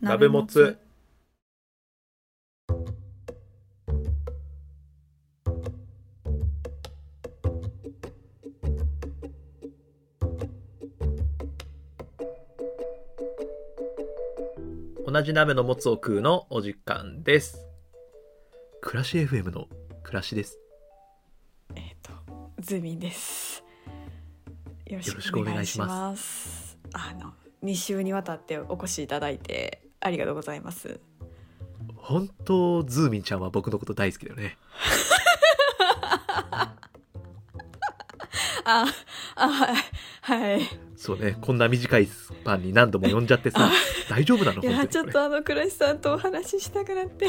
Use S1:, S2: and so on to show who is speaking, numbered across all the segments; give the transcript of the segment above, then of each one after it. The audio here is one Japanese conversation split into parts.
S1: 鍋もつ同じ鍋のもつを食うのお時間です暮らし FM の暮らしです
S2: えっ、とズミンです。よろ。
S1: よろしくお願いします
S2: あの二週にわたってお越しいただいてありがとうございます。
S1: 本当ズーミンちゃんは僕のこと大好きだよね
S2: あ、あはいはい。い
S1: そうねこんな短いスパンに何度も呼んじゃ ってさ
S2: あ
S1: 大丈夫なの本当
S2: や
S1: に
S2: ちょっ
S1: こと
S2: あの倉石さんとお話ししたくなって、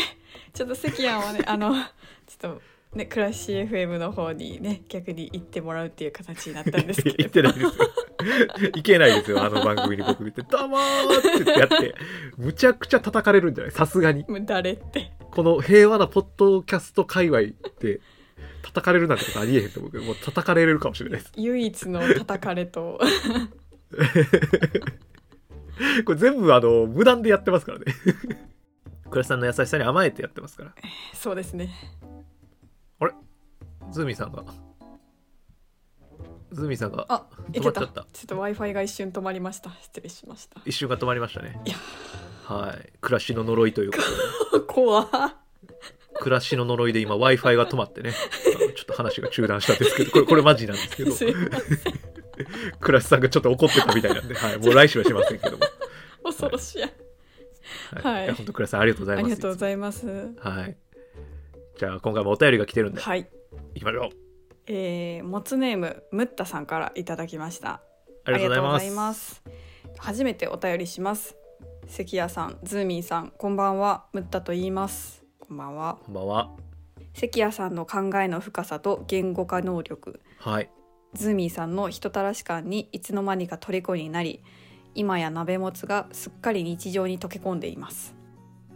S2: ちょっと関庵はねあのちょっと。ね、暮らし FM の方にね逆に行ってもらうっていう形になったんです
S1: れ
S2: けど
S1: 言ってないですよ いけないですよあの番組に僕言って「どうも!」って言ってやってむちゃくちゃ叩かれるんじゃないさすがに
S2: もう誰って
S1: この平和なポッドキャスト界隈で叩かれるなんてことありえへんと思うけどもう叩かれるかもしれないです
S2: 唯一の叩かれと
S1: これ全部あの無断でやってます からね倉石さんの優しさに甘えてやってますから
S2: そうですね
S1: ズーミンさんがズーミンさんが
S2: あ、い
S1: 止ま
S2: け
S1: っち
S2: た。
S1: ゃ
S2: ち
S1: っ
S2: ょったと Wi-Fi が一瞬止まりました。失礼しました。
S1: 一瞬が止まりましたね
S2: いや
S1: はい暮らしの呪いということで
S2: 怖っ。
S1: 暮らしの呪いで今 w i f i が止まってねあのちょっと話が中断したんですけどこれこれマジなんですけど
S2: すいません
S1: 倉石さんがちょっと怒ってたみたいなんで、はい、もう来週はしませんけども、
S2: 恐ろしい。
S1: はい
S2: はい
S1: いや、本当倉石さんありがとうご
S2: あ
S1: ざい
S2: り
S1: ま
S2: が
S1: す
S2: とうございます。
S1: はいじゃあ今回もお便りが来てるんで、
S2: はい。
S1: い、きましょう
S2: えー、もつネームムッタさんからいただきました。
S1: ありがとうございます
S2: す。初めてお便りします。関谷さん、ズーミンさん、こんばんは。ムッタと言います。こんばんは。
S1: こんばんは
S2: 関谷さんの考えの深さと言語化能力、
S1: はい
S2: ズーミーさんの人たらし感にいつの間にか虜になり今や鍋もつがすっかり日常に溶け込んでいます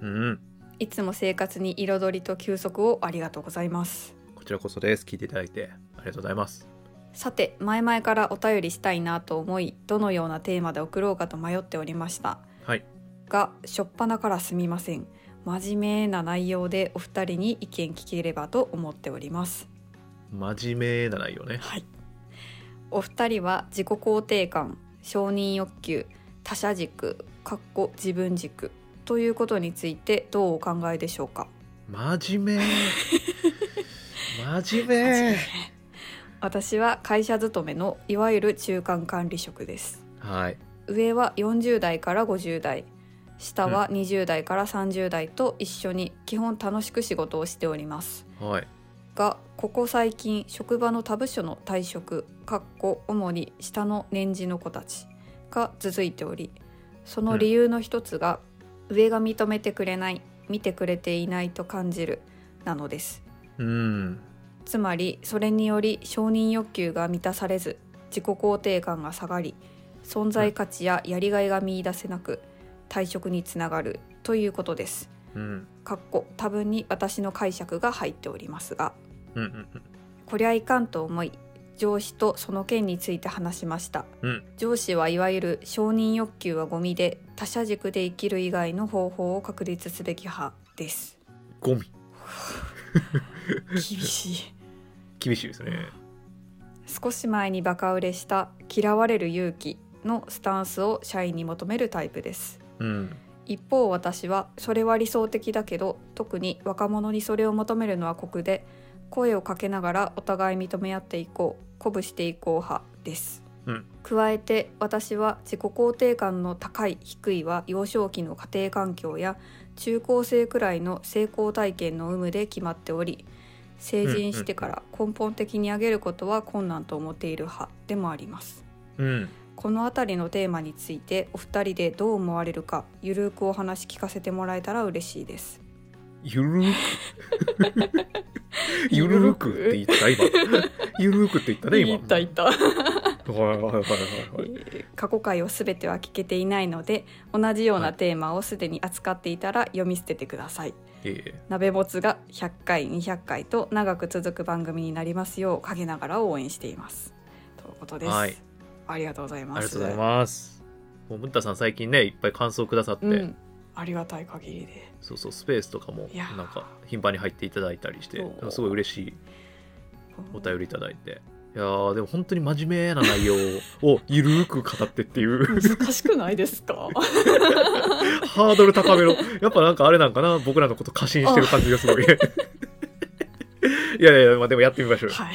S1: うん
S2: いつも生活に彩りと休息をありがとうございます
S1: こちらこそです聞いていただいてありがとうございます
S2: さて前々からお便りしたいなと思いどのようなテーマで送ろうかと迷っておりました
S1: はい
S2: が初っ端からすみません真面目な内容でお二人に意見聞ければと思っております
S1: 真面目な内容ね
S2: はい、お二人は自己肯定感承認欲求他者軸かっこ自分軸ということについてどうお考えでしょうか、
S1: 真面目 真面目
S2: 私は会社勤めのいわゆる中間管理職です
S1: はい
S2: 上は40代から50代下は20代から30代と一緒に基本楽しく仕事をしております
S1: はい
S2: がここ最近職場の他部署の退職かっこ主に下の年次の子たちが続いておりその理由の一つが、上が認めてくれない見てくれていないと感じるなのです
S1: うん
S2: つまりそれにより承認欲求が満たされず自己肯定感が下がり存在価値ややりがいが見出せなく退職につながるということです
S1: うん
S2: かっこ多分に私の解釈が入っておりますが
S1: うんうん
S2: こりゃいかんと思い上司とその件について話しました
S1: うん
S2: 上司はいわゆる承認欲求はゴミで他者軸で生きる以外の方法を確立すべき派 です
S1: ゴミ
S2: 厳しい
S1: 厳しいですね
S2: 少し前にバカ売れした嫌われる勇気のスタンスを社員に求めるタイプです
S1: うん
S2: 一方私はそれは理想的だけど特に若者にそれを求めるのは酷で声をかけながらお互い認め合っていこう鼓舞していこう派です、
S1: うん
S2: 加えて私は自己肯定感の高い低いは幼少期の家庭環境や中高生くらいの成功体験の有無で決まっており成人してから根本的に上げることは困難と思っている派でもあります
S1: うん
S2: この辺りのテーマについてお二人でどう思われるかゆるーくお話聞かせてもらえたら嬉しいです
S1: ゆるーく ゆるーくって言った今 ゆるーくって言ったね今
S2: た
S1: はいはいはいはいはい
S2: 過去回をすべては聞けていないので同じようなテーマをすでに扱っていたら読み捨ててください、
S1: ええ
S2: 鍋もつが100回200回と長く続く番組になりますよう陰ながら応援していますということです、
S1: はい
S2: ありがとうございます
S1: ありがとうございますもうムンタさん最近ねいっぱい感想くださって、
S2: うん、ありがたい限りで
S1: そうそうスペースとかも
S2: いやー
S1: なんか頻繁に入っていただいたりして
S2: そう
S1: すごい嬉しいお便りいただいていやーでも本当に真面目な内容 をゆるーく語ってっていう
S2: 難しくない ですか
S1: ハードル高め のやっぱなんかあれなんかな僕らのこと過信してる感じがすごいいや いやいや、まあ、でもやってみましょうよ
S2: は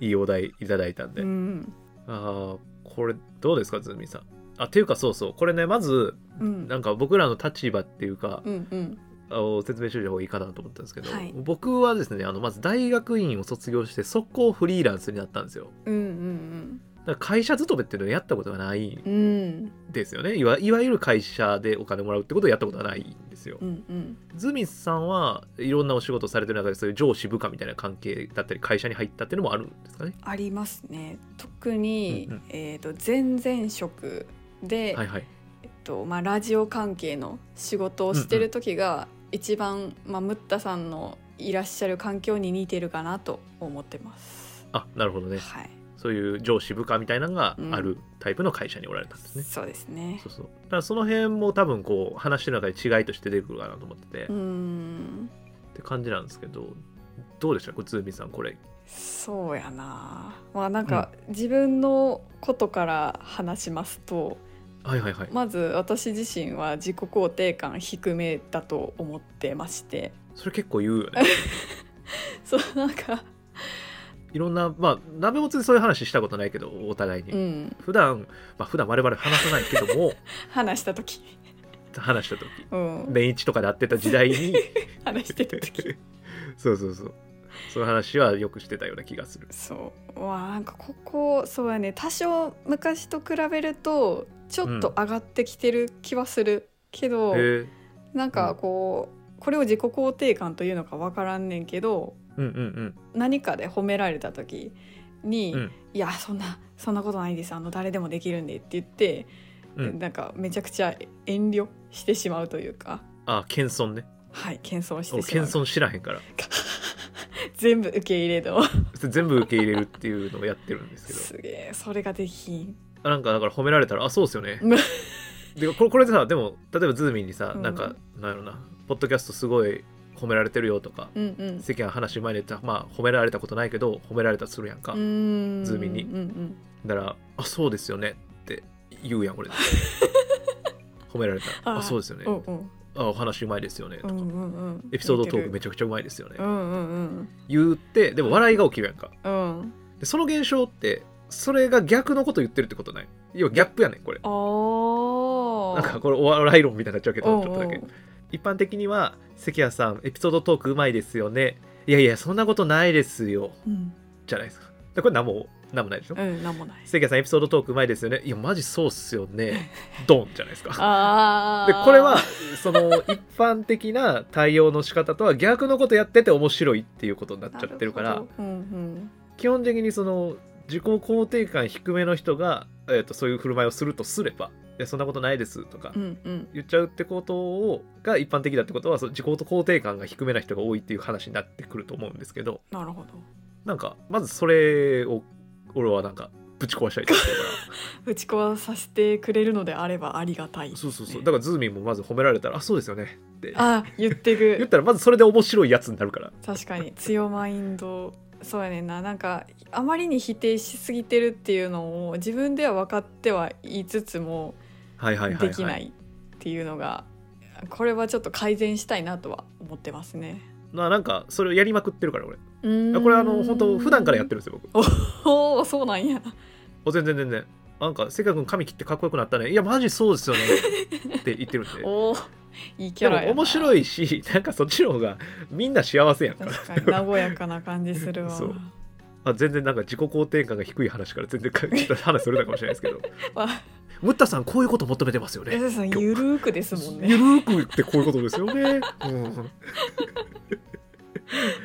S2: い、
S1: いいお題いただいたんで、
S2: うん
S1: ああこれどうですかズミさんあっていうかそうそうこれねまず
S2: うん
S1: なんか僕らの立場っていうか
S2: う、んうん
S1: あの説明しといた方がいいかなと思ったんですけど、
S2: はい
S1: 僕はですねあのまず大学院を卒業して速攻フリーランスになったんですよ
S2: うんうん
S1: だから会社勤めっていうのをやったことがないん
S2: うんうん
S1: ですよねいわいわゆる会社でお金もらうってことをやったことがないんですよ、
S2: うんうん
S1: ズミさんはいろんなお仕事をされてる中でそういう上司部下みたいな関係だったり会社に入ったっていうのもあるんですかね
S2: ありますね特に、
S1: うんうん
S2: えっ、と前々職で、
S1: はいはい
S2: えっとまあ、ラジオ関係の仕事をしてる時が一番、まあ、ムッタさんのいらっしゃる環境に似てるかなと思ってます。
S1: あなるほどね
S2: はい、
S1: そういう上司部下みたいなのがあるタイプの会社におられたんですね、
S2: そうですね。
S1: そうそうだからその辺も多分こう話してる中で違いとして出てくるかなと思ってて、
S2: うーん、
S1: って感じなんですけどどうでしたかつみさんこれ
S2: そうやな。まあなんか、自分のことから話しますと、
S1: はいはいはい
S2: まず私自身は自己肯定感低めだと思ってまして、
S1: それ結構言うよね
S2: そうなんか、
S1: いろんなまあ鍋もつでそういう話したことないけどお互いに、
S2: うん、
S1: 普段まあ普段我々話さないけども
S2: 話した時、
S1: 話した時
S2: うん、
S1: 年一とかで会ってた時代に
S2: 話してる 時。
S1: そうそうそうその話はよくしてたような気がする
S2: そううわあなんかここそうやね多少昔と比べるとちょっと上がってきてる気はするけど、
S1: へえ
S2: なんかこうこれを自己肯定感というのか分からんねんけど
S1: うんうん
S2: 何かで褒められた時に「
S1: うん
S2: いやそんなそんなことないですあの誰でもできるんで」って言って、
S1: うんうん
S2: なんかめちゃくちゃ遠慮してしまうというか。
S1: あ謙遜ね
S2: はい、謙遜して
S1: 俺
S2: しまう
S1: 謙遜知らへんから
S2: 全部受け入れど
S1: それ全部受け入れるっていうのをやってるんですけど
S2: すげえ それができん
S1: あなんかだから褒められたらあそうですよね
S2: うん。
S1: でこれこれでさでも例えばズーミンにさ、
S2: うん
S1: なんかなんやろなポッドキャストすごい褒められてるよとか、
S2: うんうん
S1: 世間話前に言ったまあ褒められたことないけど褒められたとするやんか、
S2: うーん
S1: ズーミンに
S2: うんうん
S1: だから「あそうですよね」って言うやん 俺褒められたら「
S2: あ
S1: あそうですよね」
S2: うんうん
S1: あお話うまいですよね」と
S2: う
S1: か、
S2: んうんうん
S1: エピソードトークめ
S2: ち
S1: ちゃくちゃうまいですよね」
S2: うんうん
S1: 言ってでも笑いが起きるやんか
S2: うんうん
S1: でその現象ってそれが逆のこと言ってるってことない要はギャップやねんこれ
S2: あ
S1: なんか
S2: こ
S1: これお笑い論みたいになっちゃうけ
S2: れ
S1: どちょっとだけ一般的には関谷さんエピソードトークうまいですよねいやいやそんなことないですよ
S2: うん
S1: じゃないですかでこれ何も何もないでしょ、
S2: うんなん もない
S1: 関谷さんエピソードトークうまいですよねいやマジそうっすよねドンじゃないですか
S2: あ
S1: で
S2: ー
S1: これはその一般的な対応の仕方とは逆のことやってて面白いっていうことになっちゃってるから
S2: なほどうん
S1: 基本的にその自己肯定感低めの人が、えー、とそういう振る舞いをするとすれば「いやそんなことないです」とか
S2: うんうんうん
S1: 言っちゃうってことをが一般的だってことはその自己肯定感が低めな人が多いっていう話になってくると思うんですけど
S2: なるほど
S1: なんかまずそれを俺はなんかぶち壊したいと思って るか
S2: 打ち壊させてくれるのであればありがたい
S1: らそうそうそうだからズーミンもまず褒められたら「あそうですよね」って
S2: あ言っ て
S1: 言っ
S2: く
S1: たらまずそれで面白いやつになるから
S2: 確かに強マインドそうやねんななんかあまりに否定しすぎてるっていうのを自分では分かってはいつつも
S1: はいはいはい、はい、
S2: できないっていうのがこれはちょっと改善したいなとは思ってますね。
S1: まあなんかそれをやりまくってるから俺
S2: これ
S1: これあの本当普段からやって
S2: る。
S1: るんですよ僕
S2: おおそうなんや。
S1: お全然全然なんか関谷君髪切ってかっこよくなったねいやマジそうですよねって言ってるんで
S2: おおいいキ
S1: で
S2: ャラや
S1: も
S2: な。
S1: 面白
S2: い。
S1: いしなんかそっちの方がみんな幸せやんか
S2: 確かに和やかな感じする わ
S1: そ。うあ全然なんか自己肯定感が低い話から全然かちょっと話それたかもしれないですけ ど
S2: まあ、
S1: ムッタさんこういうこと求めてますよ
S2: え
S1: ね
S2: さんゆるーくですもん
S1: ゆ
S2: ね。
S1: るーく言ってこういうことですよね、うん、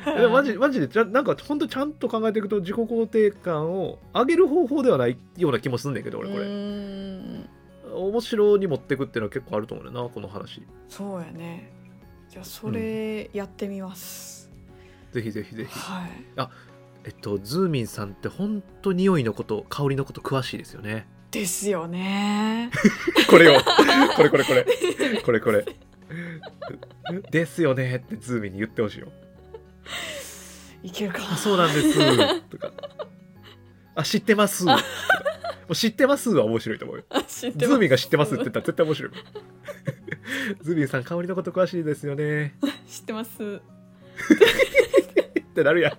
S1: でもマジマジでちゃんなんかほんとちゃんと考えていくと自己肯定感を上げる方法ではないような気もすんねんけど俺こ
S2: う
S1: れ
S2: ーん
S1: 面白に持ってくっていうのは結構あると思うねんなこの話
S2: そうやね。じゃあそれやってみます。
S1: ぜひぜひぜひ
S2: はい。
S1: えっとズーミンさんって本当匂いのこと香りのこと詳しいですよね
S2: です よね。
S1: これよこれこれこれこれこれですよねってズーミンに言ってほしいよ
S2: いけるか。
S1: あそうなんですとかあ知ってますとかもう知ってますは面白いと思うよ
S2: 知って
S1: ズ
S2: ま
S1: ー
S2: す
S1: ミンが知ってますって言ったら絶対面白いもんズーミンさん香りのこと詳しいですよね
S2: 知ってます。
S1: ってなるやん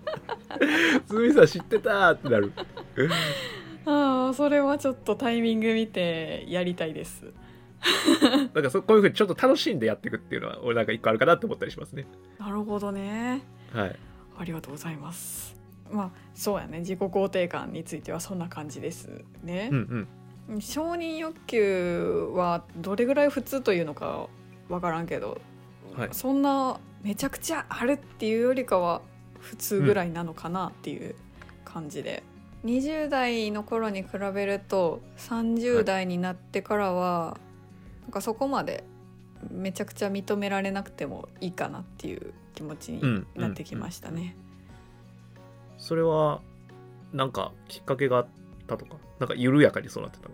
S1: ズーミンさん知ってたーってなる
S2: ああ、それはちょっとタイミング見てやりたいです。
S1: なんかそこういうふうにちょっと楽しんでやっていくっていうのは俺なんか一個あるかなって思ったりしますね
S2: なるほどね。
S1: はい
S2: ありがとうございます。まあ、そうやね。自己肯定感についてはそんな感じですね
S1: うん。うん
S2: 承認欲求はどれぐらい普通というのかわからんけど、
S1: はい
S2: そんなめちゃくちゃあるっていうよりかは普通ぐらいなのかなっていう感じで、20代の頃に比べると
S1: は
S2: 30
S1: い
S2: 代になってからは、なんかそこまでめちゃくちゃ認められなくてもいいかなっていう気持ちになってきましたね。
S1: それはなんかきっかけがあったとかなんか緩やかに育ってたか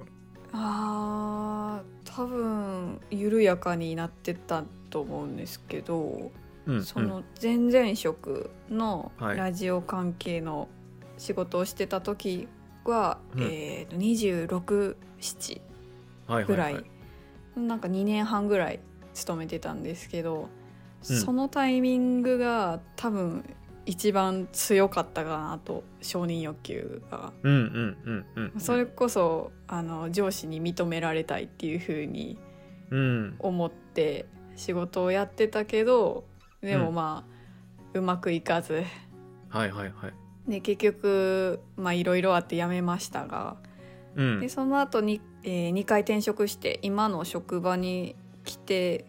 S1: ら
S2: あー多分緩やかになってたと思うんですけど。
S1: うん
S2: その前々職の
S1: はい
S2: ラジオ関係の仕事をしてた時は、
S1: うん
S2: えーと267
S1: うんはい
S2: ぐら
S1: はいいはい
S2: なんか2年半ぐらい勤めてたんですけど、
S1: うん
S2: そのタイミングが多分一番強かったかなと承認欲求が。
S1: うんうんうんうん
S2: それこそあの上司に認められたいっていう風に
S1: うん
S2: 思って仕事をやってたけどで
S1: う
S2: も
S1: ん
S2: まあ、うまくいかず
S1: はいはいはい
S2: で結局まあいろいろあって辞めましたが、
S1: うん
S2: でその後に、え2回転職して今の職場に来て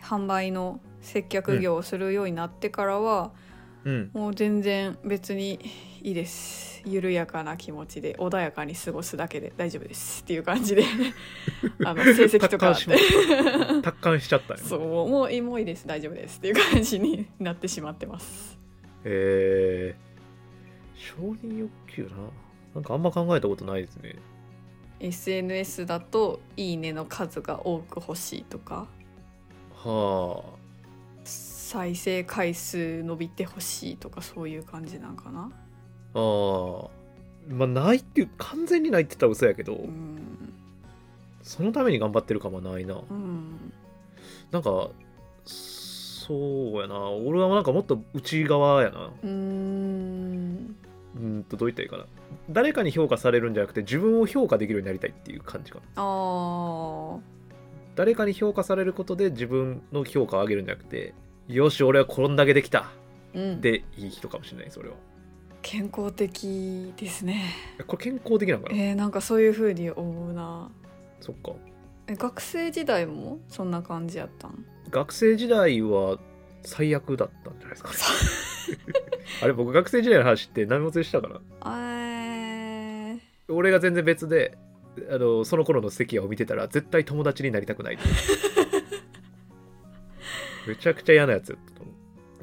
S2: 販売の接客業をするようになってからは、
S1: うん
S2: もう全然別にいいです緩やかな気持ちで穏やかに過ごすだけで大丈夫ですっていう感 じであの成績とかあっ
S1: 達観
S2: て
S1: しま達観しちゃったよ
S2: そうもういいもういいです大丈夫ですっていう感じになってしまってます。
S1: えー、承認欲求ななんかあんま考えたことないですね
S2: SNS だと「いいね」の数が多く欲しいとか
S1: はあ
S2: 再生回数伸びてほしいとかそういう感じなんかな
S1: あーまあないっていう完全にないって言ったら嘘やけど
S2: うん
S1: そのために頑張ってる感はないな
S2: うん
S1: なんかそうやな俺はなんかもっと内側やな
S2: うーん
S1: うーんとどう言ったらいいかな誰かに評価されるんじゃなくて自分を評価できるようになりたいっていう感じかな
S2: あー
S1: 誰かに評価されることで自分の評価を上げるんじゃなくてよし俺はこんだけできた
S2: うん
S1: でいい人かもしれないそれは
S2: 健康的ですね
S1: これ健康的なのかな
S2: えー、なんかそういう風に思うな
S1: そっか
S2: え学生時代もそんな感じやったん
S1: 学生時代は最悪だったんじゃないですかあれ僕学生時代の話って何も忘れしたかな
S2: えー
S1: 俺が全然別であのその頃の関谷を見てたら絶対友達になりたくないめちゃくちゃ嫌なやつやったと思う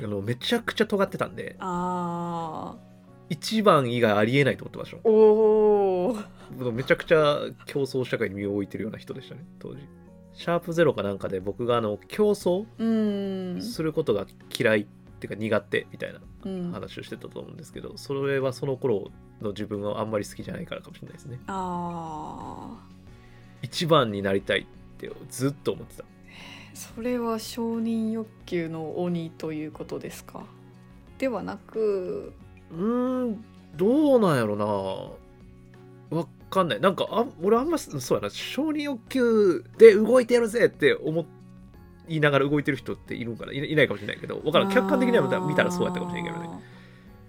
S1: あのめちゃくちゃ尖ってたんで
S2: あ
S1: 一番以外ありえないと思ってました
S2: ーおお
S1: もうめちゃくちゃ競争社会に身を置いてるような人でしたね当時シャープゼロかなんかで僕があの競争
S2: うん
S1: することが嫌いっていうか苦手みたいな
S2: うん
S1: 話をしてたと思うんですけどそれはその頃の自分はあんまり好きじゃないからかもしれないですね
S2: あー
S1: 一番になりたいってずっと思ってた
S2: それは承認欲求の鬼ということですかではなく
S1: うーんどうなんやろなわかんないなんかあ俺あんまそうやな承認欲求で動いてるぜって思いながら動いてる人っているんかないいないかもしれないけどわからん客観的には見た見たらそうやったかもしれないけどね
S2: あ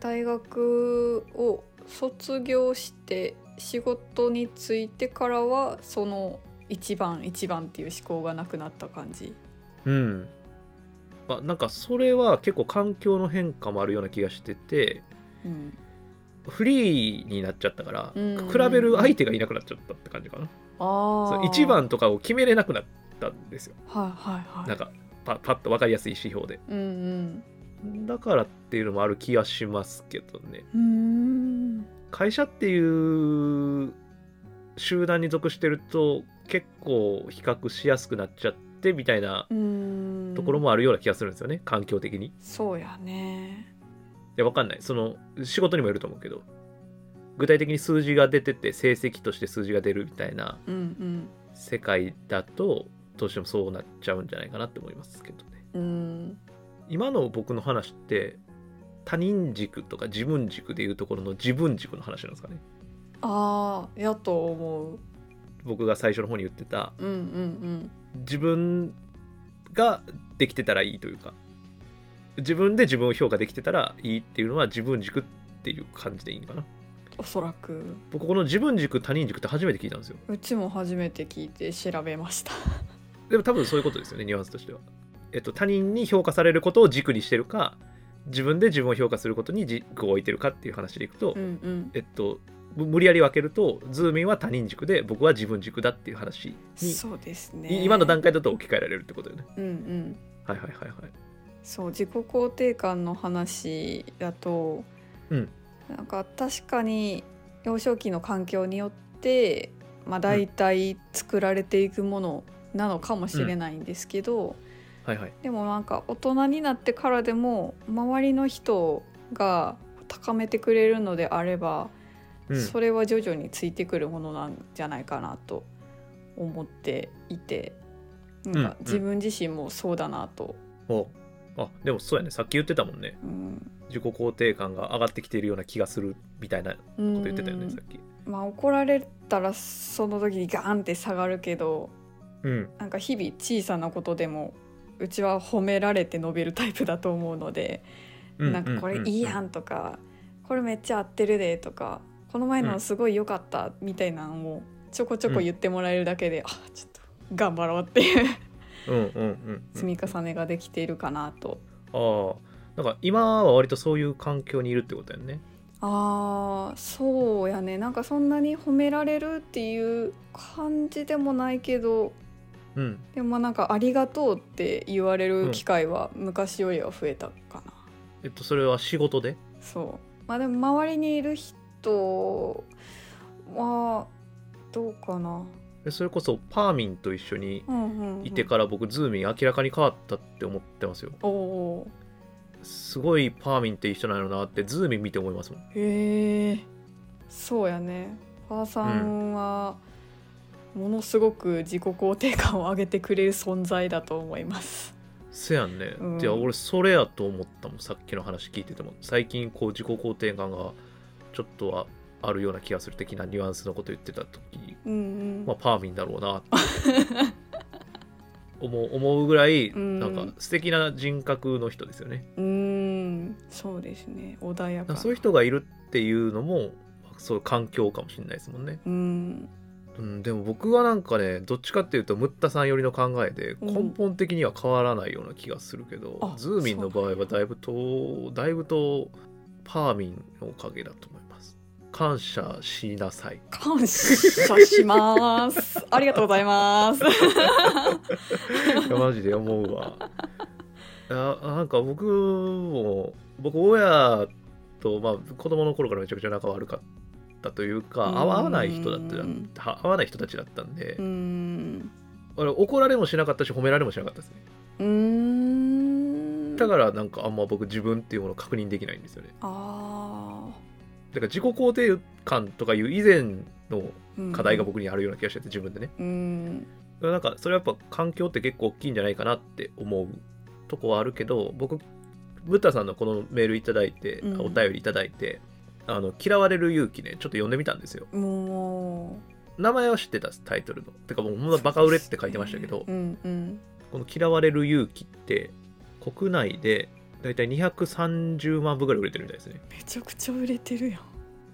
S2: ー大学を卒業して仕事に就いてからはその一番一番っていう思考がなくなった感じ
S1: うんあなんかそれは結構環境の変化もあるような気がしてて
S2: うん
S1: フリーになっちゃったから、
S2: うんうんうん
S1: 比べる相手がいなくなっちゃったって感じかな
S2: あ
S1: そう
S2: あ
S1: 一番とかを決めれなくなったんですよ
S2: はいはいは
S1: ないんかパパッと分かりやすい指標で
S2: うん
S1: だからっていうのもある気がしますけどね
S2: うんうーん
S1: 会社っていう集団に属してると結構比較しやすくなっちゃってみたいな
S2: うーん
S1: ところもあるような気がするんですよね、環境的に。い
S2: そうやね
S1: やわかんないその仕事にもよると思うけど具体的に数字が出てて成績として数字が出るみたいな
S2: うん
S1: 世界だとどうしてもそうなっちゃうんじゃないかなって思いますけどね。
S2: うんうん
S1: 今の僕の話って他人軸とか自分軸でいうところの自分軸の話なんですかね
S2: ああやと思う
S1: 僕が最初の方に言ってた
S2: うんうん
S1: 自分ができてたらいいというか自分で自分を評価できてたらいいっていうのは自分軸っていう感じでいいのかな
S2: うんおそらく
S1: 僕この自分軸他人軸って初めて聞いたんですよ
S2: うちも初めて聞いて調べました
S1: でも多分そういうことですよねニュアンスとしては、えっと、他人に評価されることを軸にしてるか自分で自分を評価することに軸を置いてるかっていう話でいくと、
S2: うんうん
S1: えっとむ無理やり分けるとズーミンは他人軸で僕は自分軸だっていう話に、
S2: そうですね
S1: い今の段階だと置き換えられるってことよね
S2: うんうん
S1: はいはいはいはい
S2: そう自己肯定感の話だと、
S1: うん
S2: なんか確かに幼少期の環境によって、まあ、大体作られていくものなのかもしれないんですけど、
S1: はいはい
S2: でもなんか大人になってからでも周りの人が高めてくれるのであれば、
S1: うん
S2: それは徐々についてくるものなんじゃないかなと思っていてなん
S1: うん
S2: か自分自身もそうだなと、
S1: おあでもそうやねさっき言ってたもんね
S2: うん、
S1: 自己肯定感が上がってきているような気がするみたいなこと
S2: うん
S1: 言ってたよねさっき
S2: まあ怒られたらその時にガーンって下がるけど
S1: うん
S2: なんか日々小さなことでもうちは褒められて伸びるタイプだと思うので、
S1: う
S2: なんかこれいいや
S1: ん
S2: んとか、これめっちゃ合ってるでとかこの前のすごい良かったみたいなのをちょこちょこ言ってもらえるだけで、あちょっと頑張ろうっていう
S1: うんうんうんうん
S2: 積み重ねができているかなと。
S1: ああなんか今は割とそういう環境にいるってことやね
S2: あーそうやねなんかそんなに褒められるっていう感じでもないけど
S1: うん
S2: でもまあなんか「ありがとう」って言われる機会は昔よりは増えたかな、
S1: えっとそれは仕事で
S2: そうまあでも周りにいる人はどうかな
S1: えそれこそパーミンと一緒に
S2: うんうん、うん、
S1: いてから僕ズーミン明らかに変わったって思ってますよ
S2: おお
S1: すごいパーミンって一緒なのなってズーミン見て思いますもん
S2: へえそうやね母さんは、ものすごく自己肯定感を上げてくれる存在だと思います
S1: せやんね、
S2: うん
S1: いや俺それやと思ったもんさっきの話聞いてても最近こう自己肯定感がちょっとはあるような気がする的なニュアンスのこと言ってた時
S2: うんうん、
S1: まあパーミンだろう なって思う思うぐらい
S2: うん
S1: なんか素敵な人格の人ですよね、
S2: うーんそうですね穏やか
S1: だから
S2: な
S1: そういう人がいるっていうのもそういう環境かもしれないですもんね
S2: うん
S1: うん、でも僕はなんかねどっちかっていうとムッタさん寄りの考えで
S2: うん
S1: 根本的には変わらないような気がするけど、
S2: あ
S1: ズーミンの場合はだいぶとだいぶとパーミンのおかげだと思います感謝しなさい
S2: 感謝 します。ありがとうございます。
S1: いやマジで思うわいやなんか僕も僕親と、まあ、子供の頃からめちゃくちゃ仲悪かったというか
S2: うん
S1: 合わない人だったは合わない人たちだったんで
S2: うーん。
S1: あれ怒られもしなかったし褒められもしなかったですね
S2: うーん。
S1: だからなんかあんま僕自分っていうものを確認できないんですよね
S2: あ
S1: だから自己肯定感とかいう以前の
S2: あ。
S1: 課題が僕にあるような気がしてて自分でね
S2: うん。
S1: だからなんかそれはやっぱ環境って結構大きいんじゃないかなって思うとこはあるけど僕ブッダさんのこのメールいただいて、
S2: うん
S1: お便りいただいてあの嫌われる勇気ねちょっと読んでみたんですよ
S2: も
S1: 名前は知ってたタイトルのてかもうほ
S2: う。
S1: んまバカ売れって書いてましたけど、
S2: うんうん。
S1: この嫌われる勇気って国内でだいたい230万部ぐらい売れてるみたいですね
S2: めちゃくちゃ売れてるやん。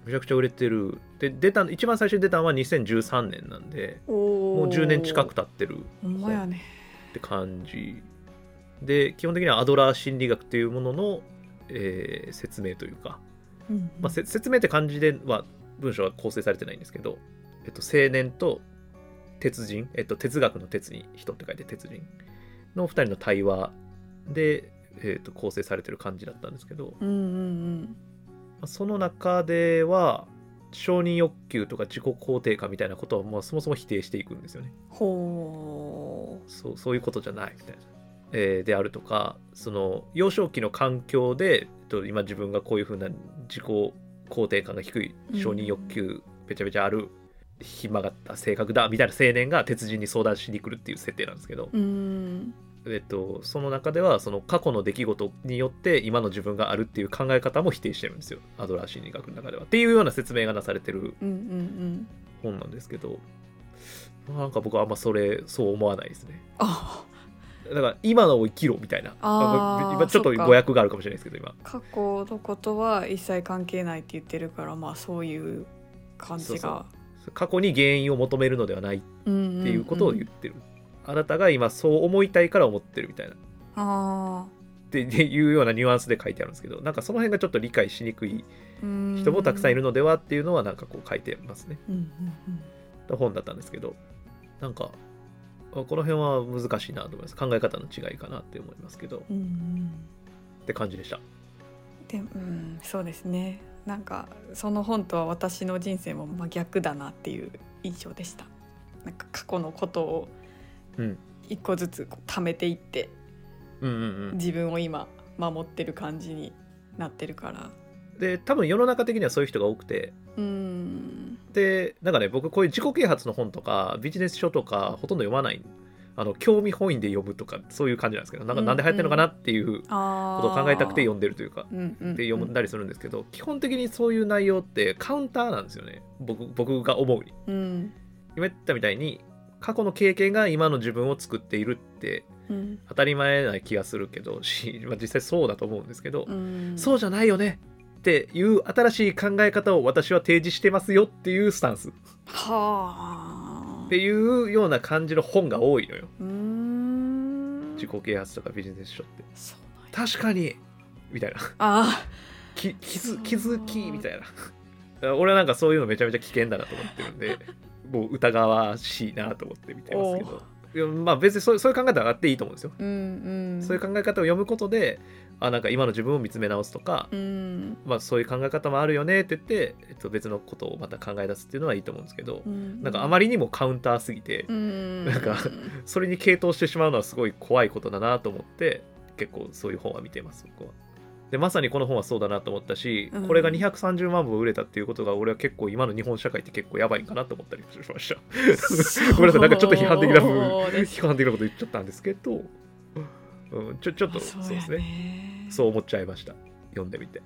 S1: めちゃくちゃ売れてるで出た一番最初に出たのは2013年なんで
S2: おお。
S1: もう10年近く。経ってる
S2: ほんまやね。
S1: って感じで基本的にはアドラー心理学っていうものの、えー説明というか、
S2: うん。
S1: まあ、せ説明って感じでは文章は構成されてないんですけど、えっと、青年と鉄人、えっと、哲学の鉄に人って書いて鉄人の2人の対話で、えっと、構成されてる感じだったんですけど、
S2: うんうん
S1: まあその中では承認欲求とか自己肯定感みたいなことはもうそもそも否定していくんですよね。
S2: ほ
S1: そうそういうことじゃないみたいな。えーであるとかその幼少期の環境で、えっと、今自分がこういうふうな自己肯定感が低い
S2: うん
S1: 承認欲求べちゃべちゃある暇があった性格だみたいな青年が鉄人に相談しに来るっていう設定なんですけど
S2: う、うーん
S1: えっと、その中ではその過去の出来事によって今の自分があるっていう考え方も否定してるんですよアドラー心理学の中では。っていうような説明がなされてる
S2: うんうんうん
S1: 本なんですけど、まあなんか僕はあんまそれそう思わないですね。
S2: あ
S1: だから今のを生きろみたいな
S2: あー
S1: ま今ちょっと
S2: そっか
S1: 誤訳があるかもしれないですけど今
S2: 過去のことは一切関係ないって言ってるからまあそういう感じが
S1: 過去に原因を求めるのではないっ
S2: う
S1: て
S2: ん
S1: いうことを言っ
S2: ん
S1: てる、あなたが今そう思いたいから思ってるみたいなっ
S2: うんあ
S1: てでいうようなニュアンスで書いてあるんですけどなんかその辺がちょっと理解しにくい
S2: ー
S1: 人もたくさんいる
S2: の、
S1: のではっていうのはなんかこう書いてますね
S2: うんうんうん
S1: 本だったんですけどなんかあこの辺は難しいなと思います考え方の違いかなって思いますけど
S2: うんうん
S1: って感じでした
S2: でうんそうですねなんかその本とは私の人生も真逆だなっていう印象でしたなんか過去のことを
S1: うん
S2: 一個ずつこう貯めていって
S1: うんうんうん
S2: 自分を今守ってる感じになってるから
S1: で多分世の中的にはそういう人が多くて
S2: うん
S1: でなんかね僕こういう自己啓発の本とかビジネス書とかほとんど読まないあの興味本位で読むとかそういう感じなんですけどなんか
S2: うん
S1: なんで流行ってるのかなっていう
S2: あ
S1: こ
S2: ー
S1: とを考えたくて読んでるというか
S2: うんうんうん
S1: で読んだりするんですけど基本的にそういう内容ってカウンターなんですよね僕僕が思うに
S2: うん
S1: 今言ったみたいに過去の経験が今の自分を作っているって
S2: うん
S1: 当たり前な気がするけどし、 まあ、実際そうだと思うんですけど、
S2: うん
S1: そうじゃないよねっていう新しい考え方を私は提示してますよっていうスタンス
S2: はあ
S1: っていうような感じの本が多いのよ
S2: うーん
S1: 自己啓発とかビジネス書って
S2: そうなんや
S1: 確かにみたいな
S2: あ
S1: き気づ気づきみたいな 俺はなんかそういうのめちゃめちゃ危険だなと思ってるんでもう疑わしいなと思って見てますけどいやまあ別にそうそういう考え方があっていいと思うんですよ、
S2: ーうんうん
S1: そういう考え方を読むことであなんか今の自分を見つめ直すとか、
S2: うん
S1: まあ、そういう考え方もあるよねって言って、えっと、別のことをまた考え出すっていうのはいいと思うんですけど、なんかあまりにもカウンターすぎて、
S2: うん
S1: なんか それに傾倒してしまうのはすごい怖いことだなと思って結構そういう本は見てます僕は。でまさにこの本はそうだなと思ったし、
S2: うん
S1: これが230万部売れたっていうことが俺は結構今の日本社会って結構やばいんかなと思ったりしました。ごめんなさいなんかちょっと批判的な部分
S2: そうです
S1: 批判的なこと言っちゃったんですけど、うん、ちょちょっと
S2: あ
S1: そう
S2: そう
S1: で
S2: や
S1: すね
S2: ね
S1: そう思っちゃいました読んでみて。い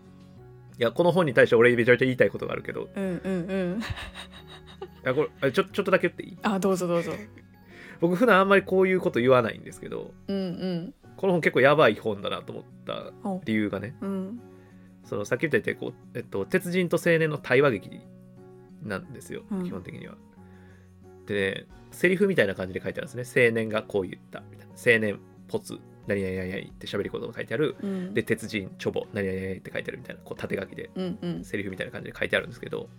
S1: やこの本に対して俺めちゃめちゃ言いたいことがあるけどい
S2: うんうんうん
S1: やこれあちょちょっとだけ言っていい
S2: あどうぞどうぞ
S1: 僕普段あんまりこういうこと言わないんですけど
S2: うん
S1: この本結構やばい本だなと思った
S2: お
S1: 理由がね
S2: うんうん
S1: そのさっき言ったようにこう、えっと、鉄人と青年の対話劇なんですよ、
S2: うん
S1: 基本的には。でねセリフみたいな感じで書いてあるんですね青年がこう言ったみたいな青年ポツ何々何々って喋り言葉が書いてある
S2: うん
S1: で鉄人チョボ何々何々って書いてあるみたいなこう縦書きで
S2: うんうん
S1: セリフみたいな感じで書いてあるんですけど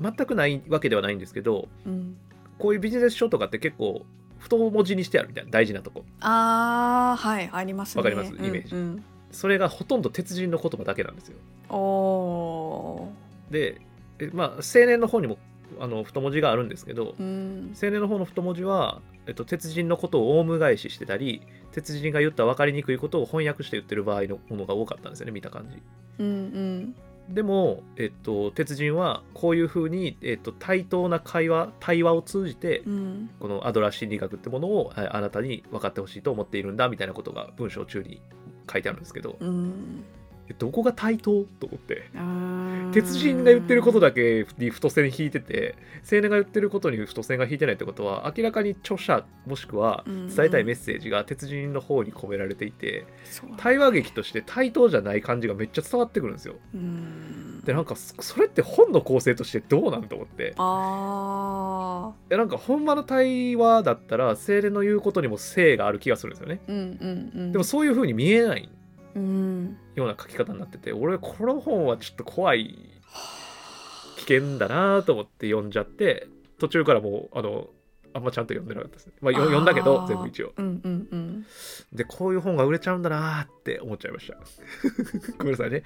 S1: 全くないわけではないんですけど
S2: うん
S1: こういうビジネス書とかって結構太文字にしてあるみたいな大事なとこ
S2: あーはいありますね
S1: わかりますイメージ
S2: うん
S1: それがほとんど鉄人の言葉だけなんですよ
S2: うん、お
S1: でえまあ青年の方にもあの太文字があるんですけど
S2: ーうん
S1: 青年の方の太文字は、えっと、鉄人のことをオウム返ししてたり鉄人が言った分かりにくいことを翻訳して言ってる場合のものが多かったんですよね見た感じ
S2: うん
S1: でも、えっと、鉄人はこういうふうに、えっと、対等な会話対話を通じて
S2: うんうん
S1: このアドラー心理学ってものをああなたに分かってほしいと思っているんだみたいなことが文章中に書いてあるんですけど
S2: うん
S1: えどこが対等と思って
S2: あー
S1: 鉄人が言ってることだけに太線引いてて青年が言ってることに太線が引いてないってことは明らかに著者もしくは
S2: うんうん
S1: 伝えたいメッセージが鉄人の方に込められていて
S2: そう
S1: 対話劇として対等じゃない感じがめっちゃ伝わってくるんですよ。
S2: うん
S1: でなんかそそれって本の構成としてどうなんと思って
S2: あ
S1: でなんかほんまの対話だったら青年の言うことにも性がある気がするんですよね。
S2: ーうんうんうん
S1: でもそういう風に見えない
S2: うん
S1: ような書き方になってて俺この本はちょっと怖い危険だなと思って読んじゃって途中からもうあのあんまちゃんと読んでなかったですね。まあ、よ読んだけど
S2: あー
S1: 全部一応。
S2: うんうんうん
S1: でこういう本が売れちゃうんだなーって思っちゃいました。 ごめんなさいね。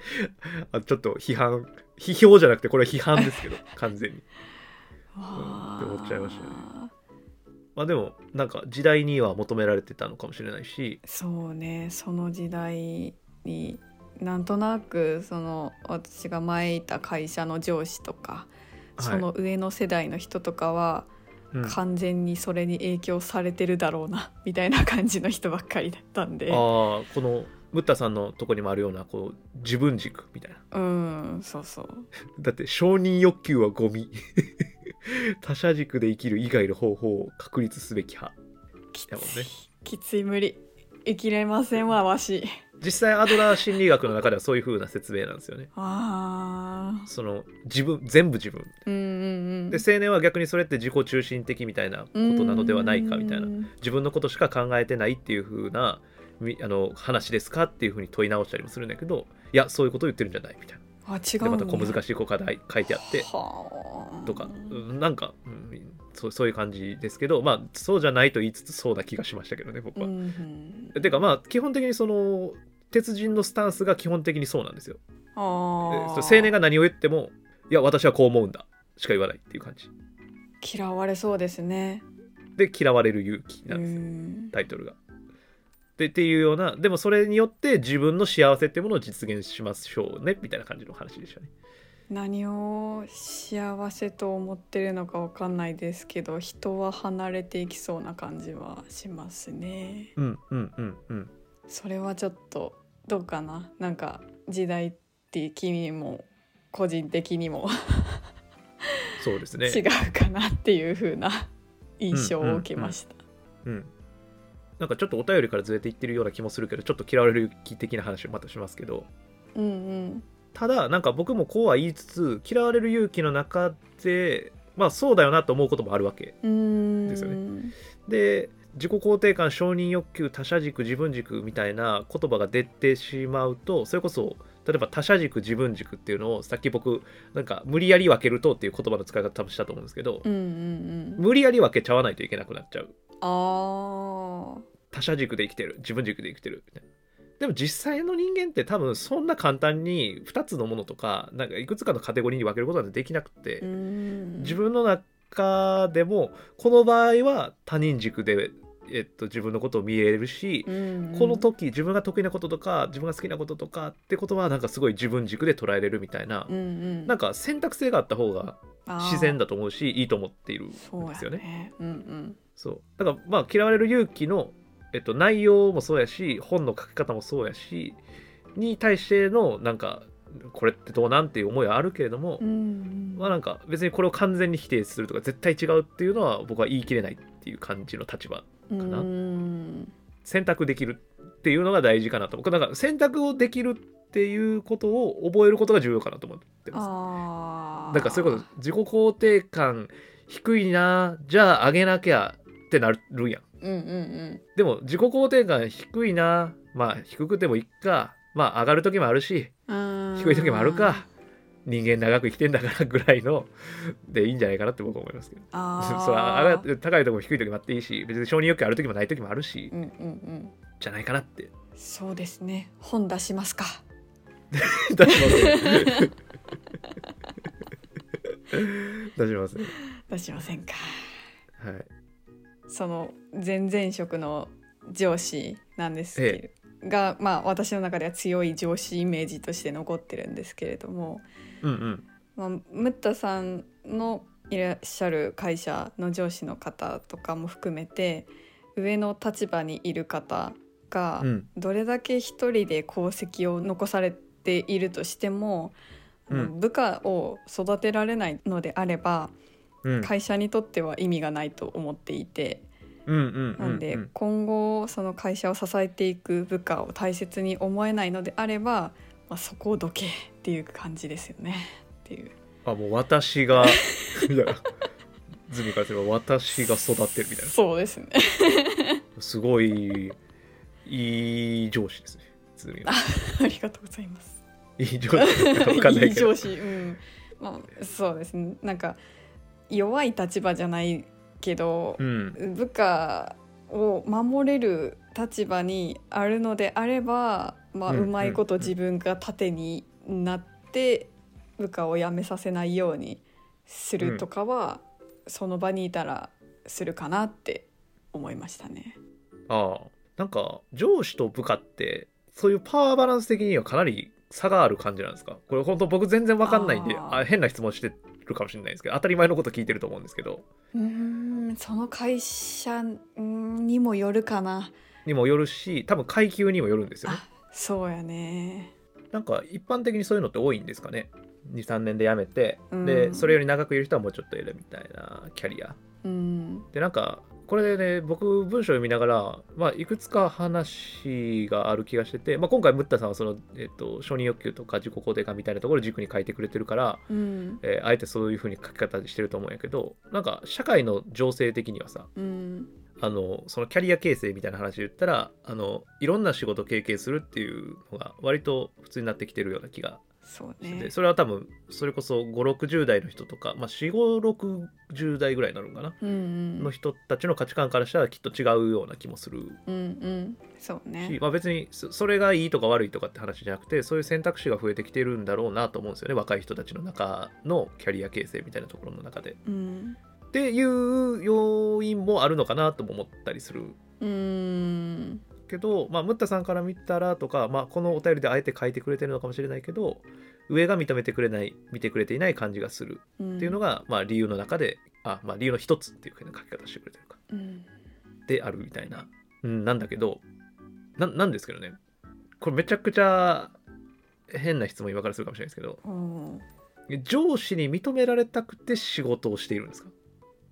S1: あちょっと批判批評じゃなくてこれは批判ですけど完全に。っ
S2: わ
S1: て思っちゃいましたね
S2: あ
S1: まあでもなんか時代には求められてたのかもしれないし、
S2: そうねその時代になんとなくその私が前いた会社の上司とか、
S1: はい
S2: その上の世代の人とかは
S1: うん、あ
S2: 完全にそれに影響されてるだろうな みたいな感じの人ばっかりだったんで
S1: あこのムッタさんのとこにもあるようなこう自分軸みたいな。
S2: うんそうそう
S1: だって承認欲求はゴミ 他者軸で生きる以外の方法を確立すべき派
S2: きつい
S1: だもんね
S2: きつい無理生きれませんわわし
S1: 実際アドラー心理学の中ではそういう風な説明なんですよね
S2: あー
S1: その自分全部自分
S2: うんうんうん
S1: で青年は逆にそれって自己中心的みたいなことなのではないかみたいな
S2: うん
S1: 自分のことしか考えてないっていう風なみあの話ですかっていう風に問い直したりもするんだけどいやそういうことを言ってるんじゃないみたいな
S2: あ違
S1: で
S2: うん
S1: また
S2: だ
S1: 小難しいこう課題書いてあって
S2: はあ
S1: とか、うんなんか、うん、そうそういう感じですけどまあそうじゃないと言いつつそうな気がしましたけどね僕
S2: うんう
S1: は。
S2: ん
S1: てかまあ基本的にその鉄人のスタンスが基本的にそうなんですよ。
S2: あ
S1: えそ
S2: ー
S1: う青年が何を言っても「いや私はこう思うんだ」しか言わないっていう感じ
S2: 嫌われそうですね。
S1: で嫌われる勇気
S2: う
S1: なんですよ
S2: ん
S1: タイトルが。でっていうようなでもそれによって自分の幸せっていうものを実現しましょうねみたいな感じの話でしたね。
S2: 何を幸せと思ってるのかわかんないですけど人は離れていきそうな感じはしますね。
S1: うんうんうんうん。
S2: それはちょっとどうかななんか時代って君も個人的にも
S1: そうですね。
S2: 違うかなっていう風な印象を受けました。
S1: うん。なんかちょっとお便りからずれていってるような気もするけどちょっと嫌われる勇気的な話をまたしますけど。
S2: うんうん
S1: ただなんか僕もこうは言いつつ嫌われる勇気の中でまあそうだよなと思うこともあるわけ
S2: うーん
S1: ですよねで自己肯定感承認欲求他者軸自分軸みたいな言葉が出てしまうとそれこそ例えば他者軸自分軸っていうのをさっき僕なんか無理やり分けるとっていう言葉の使い方多分したと思うんですけど、
S2: うんうんうん。
S1: 無理やり分けちゃわないといけなくなっちゃう
S2: ああ。
S1: 他者軸で生きてる自分軸で生きてるみたいなでも実際の人間って多分そんな簡単に2つのものとかなんかいくつかのカテゴリーに分けることなんてできなくて、
S2: 自
S1: 自分の中でもこの場合は他人軸で、えっと、自分のことを見えるし、この時自分が得意なこととか自分が好きなこととかってことはなんかすごい自分軸で捉えれるみたいな、なんか選択性があった方が自然だと思うしいいと思っているんです
S2: そうです
S1: よ
S2: よ
S1: ね。
S2: ね。うん
S1: そうだからまあ嫌われる勇気の、えっと、内容もそうやし本の書き方もそうやしに対してのなんかこれってどうなんっていう思いはあるけれども、
S2: うん。うん
S1: まあなんか別にこれを完全に否定するとか絶対違うっていうのは僕は言い切れないっていう感じの立場
S2: うん
S1: な
S2: うん
S1: 選択できるっていうのが大事かなと僕なんか選択をできるっていうことを覚えることが重要かなと思ってます
S2: ああ。
S1: だからそういうこと自己肯定感低いなじゃあ上げなきゃってなるやん
S2: うんうんうん。
S1: でも自己肯定感低いなまあ低くてもいっかまあ上がる時もあるし低い時もあるか人間長く生きてんだからぐらいのでいいんじゃないかなって僕は思いますけど。
S2: あ ー
S1: そう上がって高いとこも低いときもあっていいし別に承認欲求あるときもないときもあるし
S2: うんうんうん。
S1: じゃないかなって
S2: そうですね。本出しますか。
S1: 出しますね 出しますね
S2: 出しませんか。
S1: はい
S2: その前々職の上司なんですけど、がまあ私の中では強い上司イメージとして残ってるんですけれども。
S1: うんうん
S2: まあ、ムッタさんのいらっしゃる会社の上司の方とかも含めて上の立場にいる方が
S1: うん
S2: どれだけ一人で功績を残されているとしても、あの
S1: うん
S2: 部下を育てられないのであれば
S1: うん
S2: 会社にとっては意味がないと思っていて、
S1: うんうんう
S2: なんで
S1: ん
S2: 今後その会社を支えていく部下を大切に思えないのであれば、まあ、そこをどけっていう感じですよねっていう。
S1: あもう私が みたいなズミからすれば私が育ってるみたいな
S2: そうですね
S1: すごいいい上司ですねズミは
S2: ありがとうございます。
S1: いい上司なんかわかんない
S2: い
S1: け ど
S2: 上司、うん、まあそうですね。なんか弱い立場じゃないけど
S1: う、ん
S2: 部下を守れる立場にあるのであれば、まあ、
S1: うん
S2: うまいこと
S1: うん
S2: 自分が盾になって部下を辞めさせないようにするとかは、その場にいたらするかなって思いましたね。
S1: ああなんか上司と部下ってそういうパワーバランス的にはかなり差がある感じなんですかこれ本当僕全然わかんないんで
S2: あ
S1: あ
S2: あ
S1: 変な質問してるかもしれないですけど当たり前のこと聞いてると思うんですけど
S2: うーんその会社うんにもよるかな
S1: にもよるし多分階級にもよるんですよね
S2: あそうやね
S1: なんか一般的にそういうのって多いんですかね23年で辞めて
S2: うん
S1: でそれより長くいる人はもうちょっといるみたいなキャリア
S2: うん
S1: でなんかこれでね僕文章読みながら、まあ、いくつか話がある気がしてて、まあ、今回ムッタさんはその、えっと承認欲求とか自己肯定感みたいなところを軸に書いてくれてるから、
S2: うん
S1: えーあえてそういう風に書き方してると思うんやけどなんか社会の情勢的にはさ
S2: うん
S1: あのそのキャリア形成みたいな話で言ったらあのいろんな仕事を経験するっていうのが割と普通になってきてるような気が
S2: そう
S1: してて、
S2: ね
S1: それは多分それこそ560代の人とか、まあ、4560代ぐらいになるのかな
S2: うんうん
S1: の人たちの価値観からしたらきっと違うような気もする
S2: うんうんそう
S1: し、
S2: ね
S1: まあ、別にそそれがいいとか悪いとかって話じゃなくてそういう選択肢が増えてきてるんだろうなと思うんですよね若い人たちの中のキャリア形成みたいなところの中で。
S2: うん
S1: っていう要因もあるのかなとも思ったりする
S2: うん
S1: けど、まあ、ムッタさんから見たらとか、まあ、このお便りであえて書いてくれてるのかもしれないけど上が認めてくれない見てくれていない感じがする
S2: うん
S1: っていうのが、まあ、理由の中であ、まあ、理由の一つっていうふうな書き方してくれてるか。
S2: うん
S1: であるみたいな、うん、なんだけどななんですけどねこれめちゃくちゃ変な質問今からするかもしれないですけど
S2: うん
S1: 上司に認められたくて仕事をしているんですか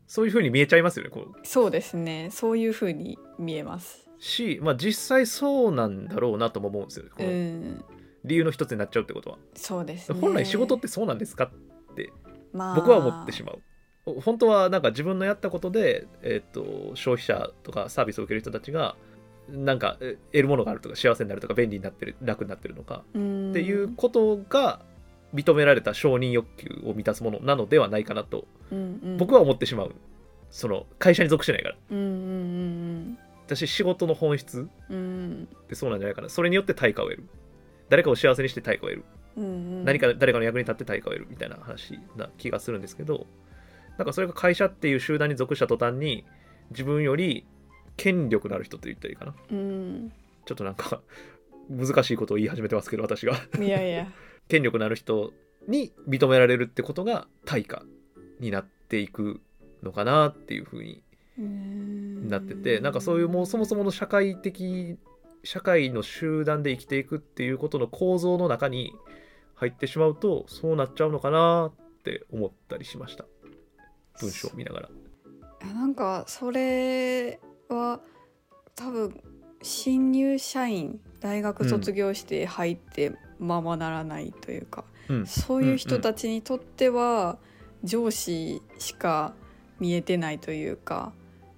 S1: そういうふうに見えちゃいますよねこう
S2: そうですねそういう風に見えます
S1: し、まあ、実際そうなんだろうなとも思うんですよねこ
S2: う
S1: の
S2: ん
S1: 理由の一つになっちゃうってことは、
S2: そうですね
S1: 本来仕事ってそうなんですか
S2: まあ
S1: 僕は思ってしまう。本当はなんか自分のやったことで、えっと消費者とかサービスを受ける人たちがなんかえ得るものがあるとか幸せになるとか便利になってる楽になってるのか
S2: うん
S1: っていうことが認められた承認欲求を満たすものなのではないかなと
S2: うんうん
S1: 僕は思ってしまうその会社に属してないから
S2: うんうん
S1: 私仕事の本質
S2: うんうん
S1: ってそうなんじゃないかなそれによって対価を得る誰かを幸せにして対価を得る
S2: うんうん
S1: 何か誰かの役に立って対価を得るみたいな話な気がするんですけどなんかそれが会社っていう集団に属した途端に自分より権力のある人と言ったらいいかな
S2: うん
S1: ちょっとなんか難しいことを言い始めてますけど私が
S2: いやいや
S1: 権力のある人に認められるってことが対価になっていくのかなっていう風にな
S2: な
S1: っててなんかそういうもうそもそもの社会的社会の集団で生きていくっていうことの構造の中に入ってしまうとそうなっちゃうのかなって思ったりしました文章を見ながら
S2: いやなんかそれは多分新入社員大学卒業して入ってままならないというか、
S1: うん
S2: そういう人たちにとっては上司しか見えてないというか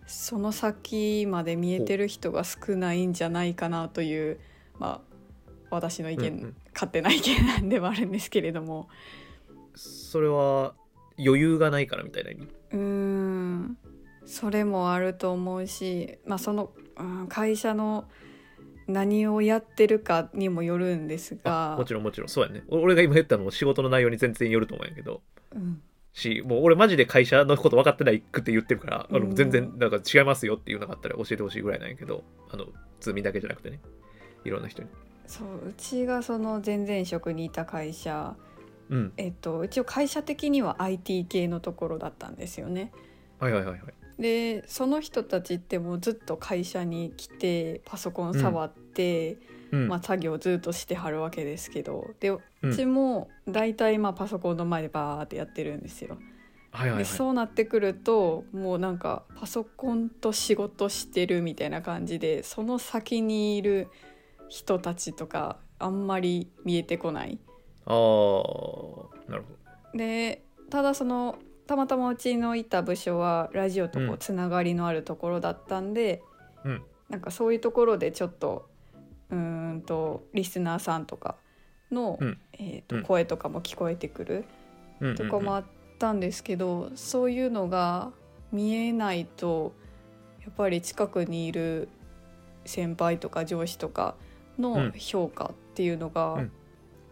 S2: その先まで見えてる人が少ないんじゃないかなというまあ私の意見、
S1: うんうん
S2: 勝手な意見なんではあるんですけれども
S1: それは余裕がないからみたいな意味
S2: うーんそれもあると思うし、まあ、その、うん会社の何をやってるかにもよるんです
S1: あ
S2: が
S1: もちろんもちろんそうやねお俺が今言ったのも仕事の内容に全然よると思うんやけど
S2: うん
S1: しもう俺マジで会社のこと分かってないくって言ってるからあ
S2: う
S1: の
S2: ん
S1: 全然なんか違いますよっていうのがあったら教えてほしいぐらいなんやけどあの通民だけじゃなくてねいろんな人に
S2: そううちがその前々職にいた会社、
S1: うん
S2: えっと、一応会社的には IT 系のところだったんですよね。
S1: はいはいはいはい
S2: でその人たちってもうずっと会社に来てパソコン触って、
S1: うん
S2: まあ、作業ずっとしてはるわけですけどでう
S1: うん
S2: ちも大体まあパソコンの前でバーってやってるんですよ。
S1: はいはいはい
S2: でそうなってくるともうなんかパソコンと仕事してるみたいな感じでその先にいる人たちとかあんまり見えてこない。
S1: ああなるほ
S2: でただそのたまたまうちのいた部署はラジオとこ
S1: う
S2: うんつながりのあるところだったんで、
S1: うん
S2: なんかそういうところでちょっとうーんとリスナーさんとかの、
S1: うん
S2: えー
S1: う
S2: と
S1: ん
S2: 声とかも聞こえてくる
S1: ど。
S2: とかもあったんですけど、そういうのが見えないとやっぱり近くにいる先輩とか上司とか
S1: う
S2: の
S1: ん
S2: 評価っていうのが、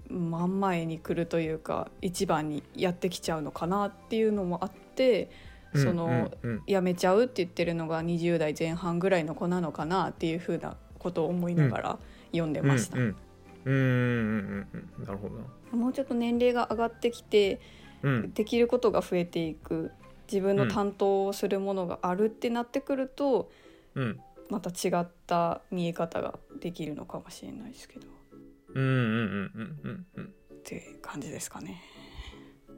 S2: 真ん前に来るというか一番にやってきちゃうのかなっていうのもあって
S1: うん
S2: その
S1: うんうん
S2: 辞めちゃうって言ってるのが20代前半ぐらいの子なのかなっていうふうなことを思いながら読んでました。
S1: うんうんうんうんうんうんなるほどな
S2: もうちょっと年齢が上がってきて
S1: うん
S2: できることが増えていく自分の担当をするものがあるってなってくると、
S1: うん
S2: また違った見え方ができるのかもしれないですけどっ
S1: うんうんうんうんうんうん
S2: て感じですかね。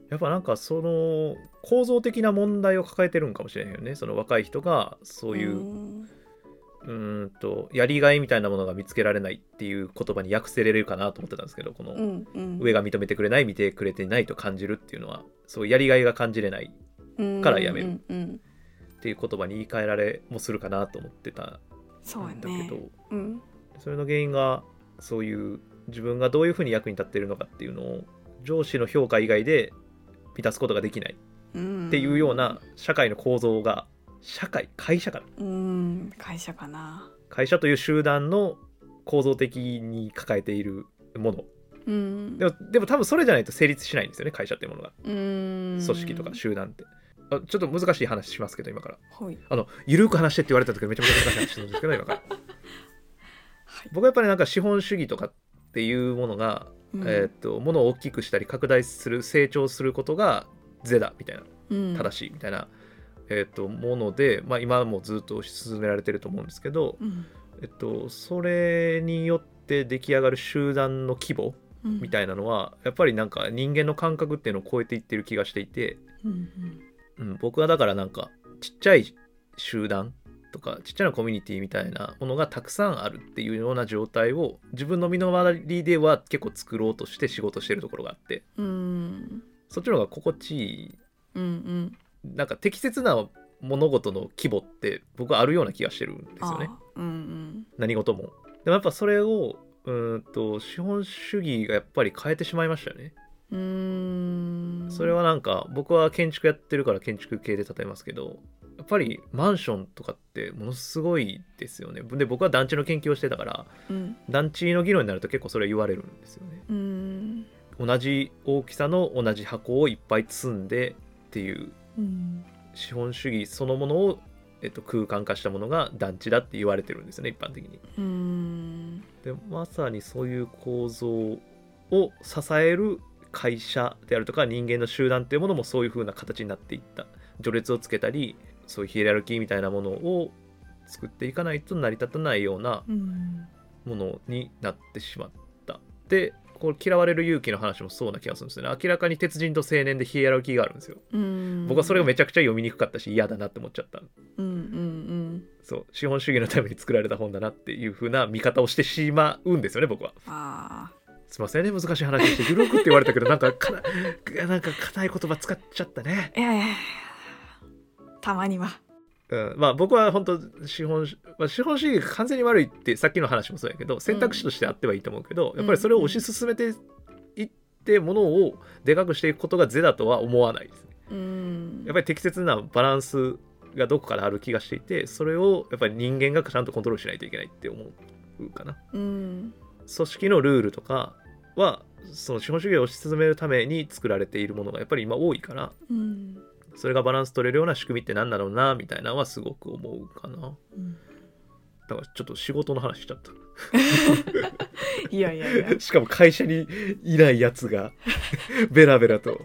S1: やっぱなんかその構造的な問題を抱えてるんかもしれへんよねその若い人がそういううんうーんとやりがいみたいなものが見つけられないっていう言葉に訳せれるかなと思ってたんですけどこの
S2: うんうん
S1: 上が認めてくれない見てくれてないと感じるっていうのはそういうやりがいが感じれないからやめる
S2: うんうんうん
S1: っていう言葉に言い換えられもするかなと思ってた
S2: そ
S1: ん
S2: う
S1: だ
S2: や
S1: け
S2: ね
S1: ど、
S2: うん
S1: それの原因がそういう自分がどういうふうに役に立っているのかっていうのを上司の評価以外で満たすことができないっていうような社会の構造が社会会社かな
S2: うん会社かな
S1: 会社という集団の構造的に抱えているもの
S2: うん
S1: でもでも多分それじゃないと成立しないんですよね会社っていうものが
S2: う
S1: 組
S2: ん
S1: 織とか集団って、あちょっと難しい話しますけど今から
S2: はい
S1: あのゆるく話してって言われた時めちゃめちゃ難しい話するんですけど今 から
S2: はい
S1: 僕はやっぱりなんか資本主義とかっていうものが、
S2: うん
S1: えーっとものを大きくしたり拡大する成長することが是だみたいな
S2: うん
S1: 正しいみたいな、えーっともので、まあ、今もずっと進められてると思うんですけど、
S2: うん
S1: えっと、それによって出来上がる集団の規模
S2: うん
S1: みたいなのはやっぱりなんか人間の感覚っていうのを超えていってる気がしていて、
S2: うん
S1: うん、僕はだからなんかちっちゃい集団とかちっちゃなコミュニティみたいなものがたくさんあるっていうような状態を自分の身の回りでは結構作ろうとして仕事してるところがあって
S2: うんうん
S1: そっちの方が心地いい
S2: うんうん
S1: なんか適切な物事の規模って僕はあるような気がしてるんですよね。
S2: あーうん
S1: 何事もでもやっぱそれをうーんと資本主義がやっぱり変えてしまいましたよね
S2: うんうん
S1: それはなんか僕は建築やってるから建築系で例えますけどやっぱりマンションとかってものすごいですよねで僕は団地の研究をしてたから
S2: うん
S1: 団地の議論になると結構それは言われるんですよね
S2: うん
S1: 同じ大きさの同じ箱をいっぱい積んでっていう
S2: うん
S1: 資本主義そのものを、えっと、空間化したものが団地だって言われてるんですよね一般的に
S2: うん
S1: でまさにそういう構造を支える会社であるとか人間の集団っていうものもそういう風な形になっていった序列をつけたりそういうヒエラルキーみたいなものを作っていかないと成り立たないような
S2: うん
S1: ものになってしまったでこれ嫌われる勇気の話もそうな気がするんですよね明らかに鉄人と青年でヒエラルキーがあるんですよ
S2: うん
S1: 僕はそれがめちゃくちゃ読みにくかったし嫌だなって思っちゃった
S2: うんうん
S1: そう資本主義のために作られた本だなっていう風な見方をしてしまうんですよね僕は
S2: うんあ
S1: すいませんね難しい話してゆるくって言われたけどなんかかななんか硬い言葉使っちゃったね、
S2: ーいやいやいやたまには
S1: うん、まあ僕は本当資本主、まあ、資本主義が完全に悪いってさっきの話もそうやけど選択肢としてあってはいいと思うけど、やっぱりそれを推し進めていってものをでかくしていくことが是だとは思わないですね
S2: うん
S1: やっぱり適切なバランスがどこからある気がしていてそれをやっぱり人間がちゃんとコントロールしないといけないって思うかな
S2: うん
S1: 組織のルールとかはその資本主義を推し進めるために作られているものがやっぱり今多いから
S2: うん
S1: それがバランス取れるような仕組みって何だろうなみたいなのはすごく思うかな
S2: うん
S1: だからちょっと仕事の話しちゃっ
S2: いやいやいや
S1: た しかも会社にいないやつが ベラベラと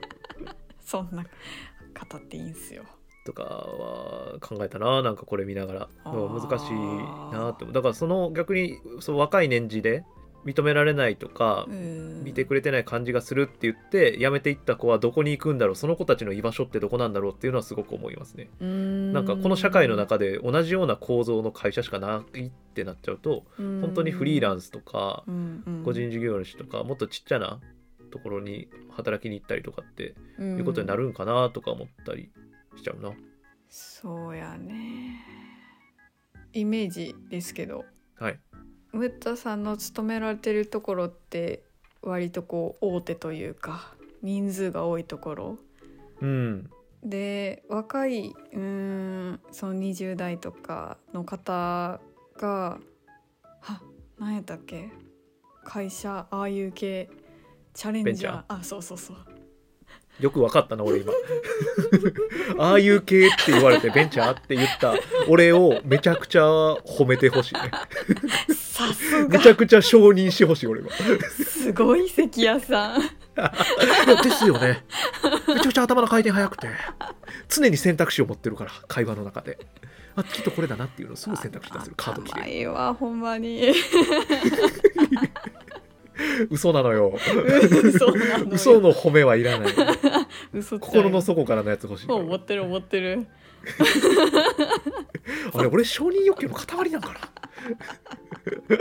S2: そんな語っていいんすよ。
S1: とかは考えたななんかこれ見ながら
S2: あ
S1: 難
S2: ー
S1: しいなって思うだからその逆にそう若い年次で認められないとか見てくれてない感じがするって言って辞めていった子はどこに行くんだろうその子たちの居場所ってどこなんだろうっていうのはすごく思いますね。
S2: な
S1: なんかこの社会の中で同じような構造の会社しかないってなっちゃうと本当にフリーランスとか
S2: ン
S1: 個人事業主とかもっとちっちゃなところに働きに行ったりとかって
S2: と
S1: いうことにな
S2: る。
S1: るんかなとか思ったりしちゃうな。
S2: そうやね。イメージですけど、
S1: はい、
S2: ムッタさんの勤められてるところって割とこう大手というか人数が多いところ
S1: うん
S2: で若いうーんその20代とかの方があ何やったっけ会社ああいう系チャレンジ
S1: ベンチャ
S2: ャーあそうそうそう
S1: よくわかったな俺今 ああいう系って言われてベンチャーって言った俺をめちゃくちゃ褒めてほしいね
S2: さ す
S1: め
S2: が
S1: ちゃくちゃ承認して ほしい俺は
S2: すごい関谷さん
S1: いやですよねめちゃくちゃ頭の回転速くて常に選択肢を持ってるから会話の中であきっとこれだなっていうのをすぐ選択肢出せるカード切
S2: 甘
S1: れ
S2: いわほんま に
S1: 嘘なのよ
S2: 嘘なのよ
S1: 嘘の褒めはいらない
S2: 嘘つか
S1: 心
S2: れ
S1: の底からのやつ欲しいから
S2: 思ってる思ってる
S1: あれ俺承認欲求の塊なんか な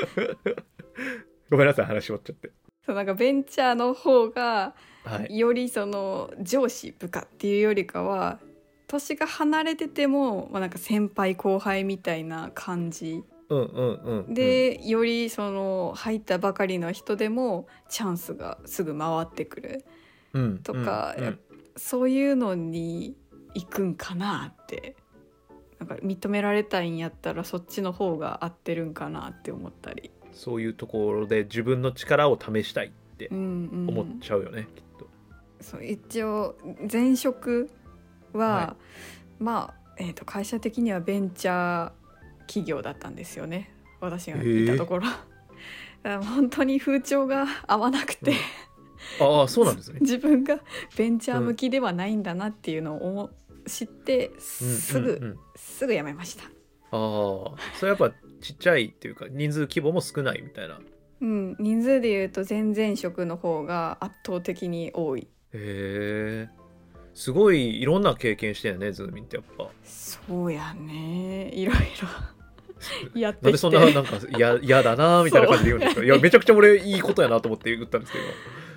S1: ごめんなさい話終わっちゃって
S2: そうなんかベンチャーの方が
S1: はい
S2: よりその上司部下っていうよりかは年が離れてても、まあ、なんか先輩後輩みたいな感じ
S1: うんうんうんうん
S2: で、よりその入ったばかりの人でもチャンスがすぐ回ってくる
S1: うん
S2: とか
S1: うんうん
S2: そういうのに行くんかなってなんか認められたいんやったらそっちの方が合ってるんかなって思ったり、
S1: そういうところで自分の力を試したいって
S2: うんうん、
S1: 思っちゃうよね、きっと
S2: そう一応前職は、
S1: は
S2: まあ、えー、と会社的にはベンチャー企業だったんですよね私がいたところ、だから 本当に風潮が合わなくて、
S1: ああそうなんですね
S2: 自分がベンチャー向きではないんだなっていうのを思知って すぐ、
S1: うんうんうん
S2: すぐ辞めました。
S1: ああそれやっぱちっちゃいっていうか人数規模も少ないみたいなへ
S2: うん、人数でいうと前々職の方が圧倒的に多い
S1: えすごいいろんな経験してよねズーミンってやっぱ
S2: そうやねいろいろ やってきて
S1: なんでそんななんか嫌嫌だなみたいな感じで言うんですかいやめちゃくちゃ俺いいことやなと思って言ったんですけど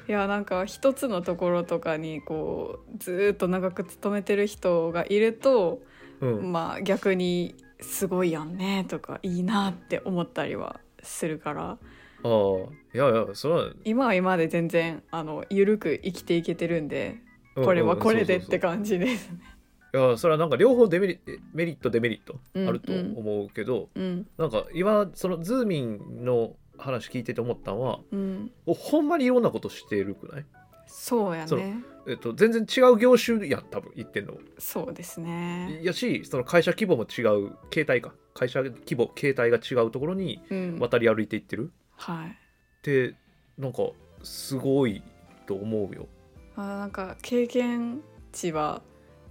S2: いやなんか一つのところとかにこうずーっと長く勤めてる人がいると、
S1: うん、
S2: まあ逆に「すごいやんね」とか「いいな」って思ったりはするから
S1: ああいやいやそれは、
S2: 今は今で全然あの緩く生きていけてるんで
S1: うん
S2: これはこれで
S1: うん
S2: っ
S1: そうそうそう
S2: て感じですね。
S1: いやそれはなんか両方デメリメリットデメリット
S2: うん
S1: あると思うけど、
S2: うん
S1: なんか今そのズーミンの話聞いてて思ったのは
S2: うん、
S1: おほんまにいろんなことしてるくない、
S2: そうや
S1: そう
S2: ね
S1: えっと、全然違う業種やん多分言ってんのも
S2: そうですね。
S1: やしその会社規模も違う形態か会社規模形態が違うところに
S2: うん、
S1: 渡り歩いていってる
S2: はい
S1: ってなんかすごいと思うよ
S2: あーなんか経験値は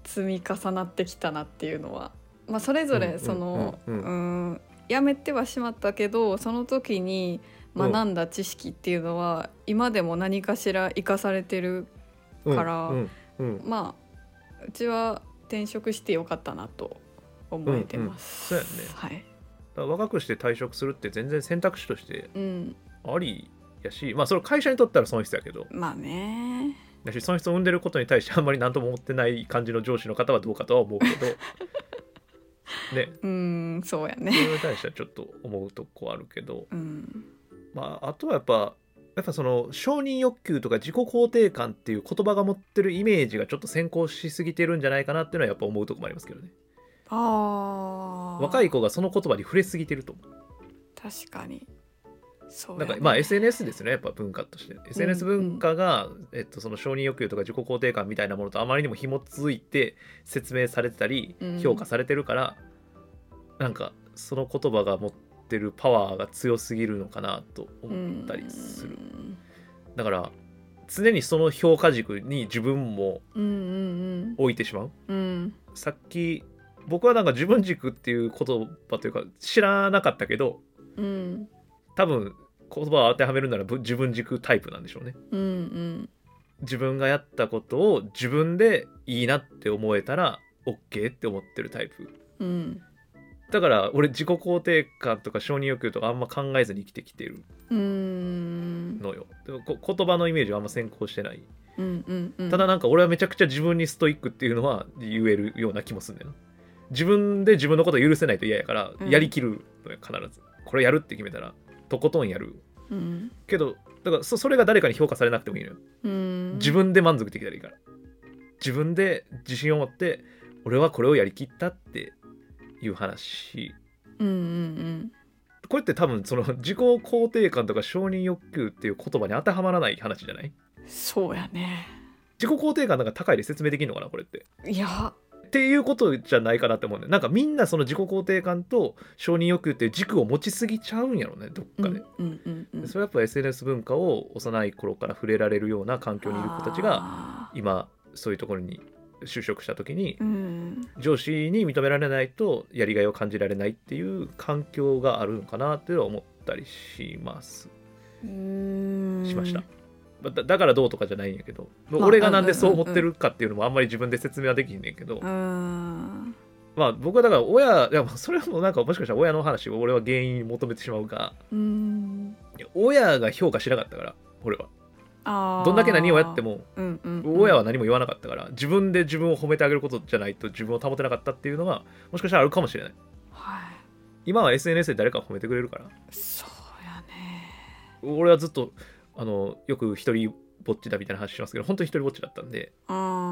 S2: 積み重なってきたなっていうのは、まあ、それぞ
S1: うんうん
S2: れその
S1: う
S2: うんんやめてはしまったけどその時に学んだ知識っていうのは今でも何かしら生かされてる
S1: うん
S2: から
S1: うんうん
S2: まあうちは転職してよかったなと思えてます。
S1: うんうんそうやね
S2: はい
S1: だから若くして退職するって全然選択肢として
S2: うん、
S1: ありやしまあそれ会社にとったら損失やけど
S2: まあね
S1: だし損失を生んでることに対してあんまり何とも思ってない感じの上司の方はどうかとは思うけどね
S2: うんそうや
S1: そ
S2: ね。
S1: れに対してはちょっと思うとこあるけど
S2: うん、
S1: まああとはやっぱやっぱその承認欲求とか自己肯定感っていう言葉が持ってるイメージがちょっと先行しすぎてるんじゃないかなっていうのはやっぱ思うとこもありますけどね
S2: ああ
S1: 若い子がその言葉に触れすぎてると思
S2: 確かにそうう
S1: なんか
S2: やね
S1: まあ SNS ですよねやっぱ文化として SNS 文化が、えっと、その承認欲求とか自己肯定感みたいなものとあまりにも紐づいて説明されてたり
S2: うん
S1: 評価されてるから、なんかその言葉が持ってるパワーが強すぎるのかなと思ったりする、
S2: うん
S1: だから常にその評価軸に自分も
S2: うん
S1: 置いてしまう
S2: うんうん
S1: さっき僕はなんか自分軸っていう言葉というか知らなかったけど
S2: うんうん
S1: 多分言葉を当てはめるならぶ自分軸タイプなんでしょうね
S2: うんうん
S1: 自分がやったことを自分でいいなって思えたら OK って思ってるタイプ
S2: うん
S1: だから俺自己肯定感とか承認欲求とかあんま考えずに生きてきてる
S2: うん
S1: のよでもこ言葉のイメージはあんま先行してない
S2: うんうん
S1: ただなんか俺はめちゃくちゃ自分にストイックっていうのは言えるような気もすんだよな自分で自分のことを許せないと嫌やから
S2: うん
S1: やりきるのよ必ずこれやるって決めたらとことんやる
S2: うん
S1: けどだからそそれが誰かに評価されなくてもいいのよ
S2: うん
S1: 自分で満足できたらいいから自分で自信を持って俺はこれをやりきったっていう話
S2: うんうん
S1: これって多分その 自己肯定感とか承認欲求っていう言葉に当てはまらない話じゃない
S2: うんそうやね
S1: 自己肯定感なんか高いで説明できるのかなこれって。
S2: いや
S1: っていうことじゃないかなって思うねなんかみんなその自己肯定感と承認欲求っていう軸を持ちすぎちゃうんやろねどっ
S2: うん
S1: か
S2: う
S1: で。
S2: んうんうん
S1: それはやっぱ SNS 文化を幼い頃から触れられるような環境にいる子たちが
S2: あー
S1: 今そういうところに就職した時に
S2: うん
S1: 上司に認められないとやりがいを感じられないっていう環境があるのかなっていうのは思ったりします
S2: うーん
S1: しました。まあだだからどうとかじゃないんやけど、まあ
S2: まあ
S1: 俺がなんでそう思ってるかっていうのもあんまり自分で説明はできひんねんけど、
S2: うーん
S1: まあ僕はだから親いやそれもなんかもしかしたら親の話を俺は原因に求めてしまうが
S2: うーん
S1: 親が評価しなかったから俺は
S2: あー
S1: どんだけ何をやっても
S2: うんうんうん
S1: 親は何も言わなかったから自分で自分を褒めてあげることじゃないと自分を保てなかったっていうのがもしかしたらあるかもしれない
S2: は
S1: 今は SNS で誰かが褒めてくれるから
S2: いそうやね
S1: 俺はずっとあのよく一人ぼっちだみたいな話しますけど本当に一人ぼっちだったんで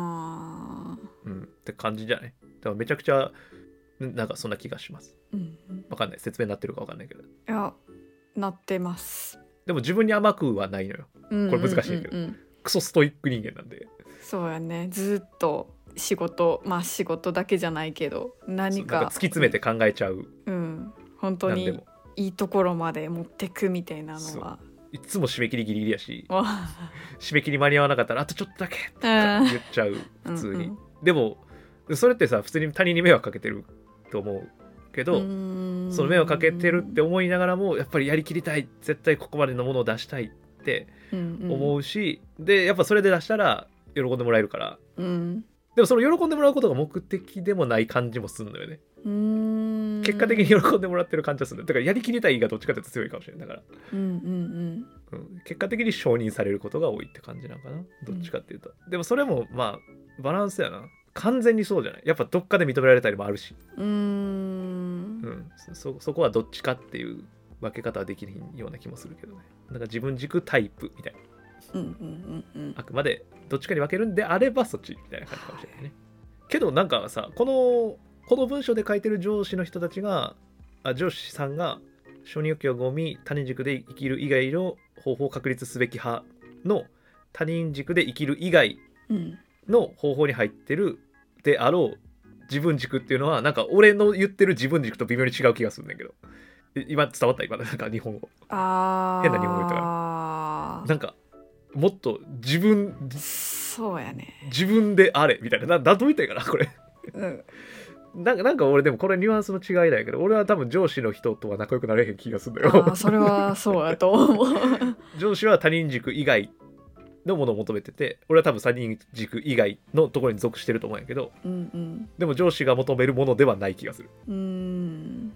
S2: あ
S1: うんって感じじゃないだからめちゃくちゃんなんかそんな気がします
S2: ーうんうん
S1: わかんない説明になってるかわかんないけど
S2: いやなってます
S1: でも自分に甘くはないのよ
S2: これ
S1: これ難しいけどクソストイック人間なんで
S2: そうやねずっと仕事まあ仕事だけじゃないけど
S1: そう
S2: 何
S1: なん
S2: か
S1: か突き詰めて考えちゃう
S2: うん本当
S1: 何で
S2: に
S1: も
S2: いいところまで持ってくみたいなのはい
S1: つも締め切りギリギリやし
S2: わ
S1: 締め切り間に合わなかったらあとちょっとだけとか言っちゃう普通に
S2: うん
S1: でもそれってさ普通に他人に迷惑かけてると思うけど、
S2: うん
S1: その迷惑かけてるって思いながらもやっぱりやりきりたい絶対ここまでのものを出したいって思
S2: 思う
S1: うし、でやっぱそれで出したら喜んでもらえるから
S2: ん
S1: でもその喜んでもらうことが目的でもない感じもするのよね
S2: うん
S1: 結果的に喜んでもらってる感じはするだからやりきりたいがどっちかっていうと強いかもしれないだから
S2: うんうん
S1: うん、結果的に承認されることが多いって感じなのかなどっちかっていうと、でもそれもまあバランスやな完全にそうじゃないやっぱどっかで認められたりもあるし、
S2: うん
S1: う
S2: うん
S1: ん、そそこはどっちかっていう分け方はできないような気もするけどねなんか自分軸タイプみたいな
S2: うんうんうん
S1: あくまでどっちかに分けるんであればそっちみたいな感じかもしれないねけどなんかさこのこの文章で書いてる上司の人たちがあ上司さんが承認欲求はゴミ他人軸で生きる以外の方法を確立すべき派の他人軸で生きる以外
S2: うん
S1: の方法に入ってるであろう自分軸っていうのはなんか俺の言ってる自分軸と微妙に違う気がするんだけどい今伝わった今なんか日本語
S2: あー
S1: 変な日本語言ったなんかもっと自分
S2: そうやね
S1: 自分であれみたいなななんと言いたいかなこれ
S2: うん
S1: なんかなんか俺でもこれニュアンスの違いだけど俺は多分上司の人とは仲良くなれへん気がするんだ
S2: あ
S1: よ
S2: ーそれはそうやと思う
S1: 上司は他人軸以外のものを求めてて俺は多分他人軸以外のところに属してると思うんやけど
S2: うんうん
S1: でも上司が求めるものではない気がする
S2: うーん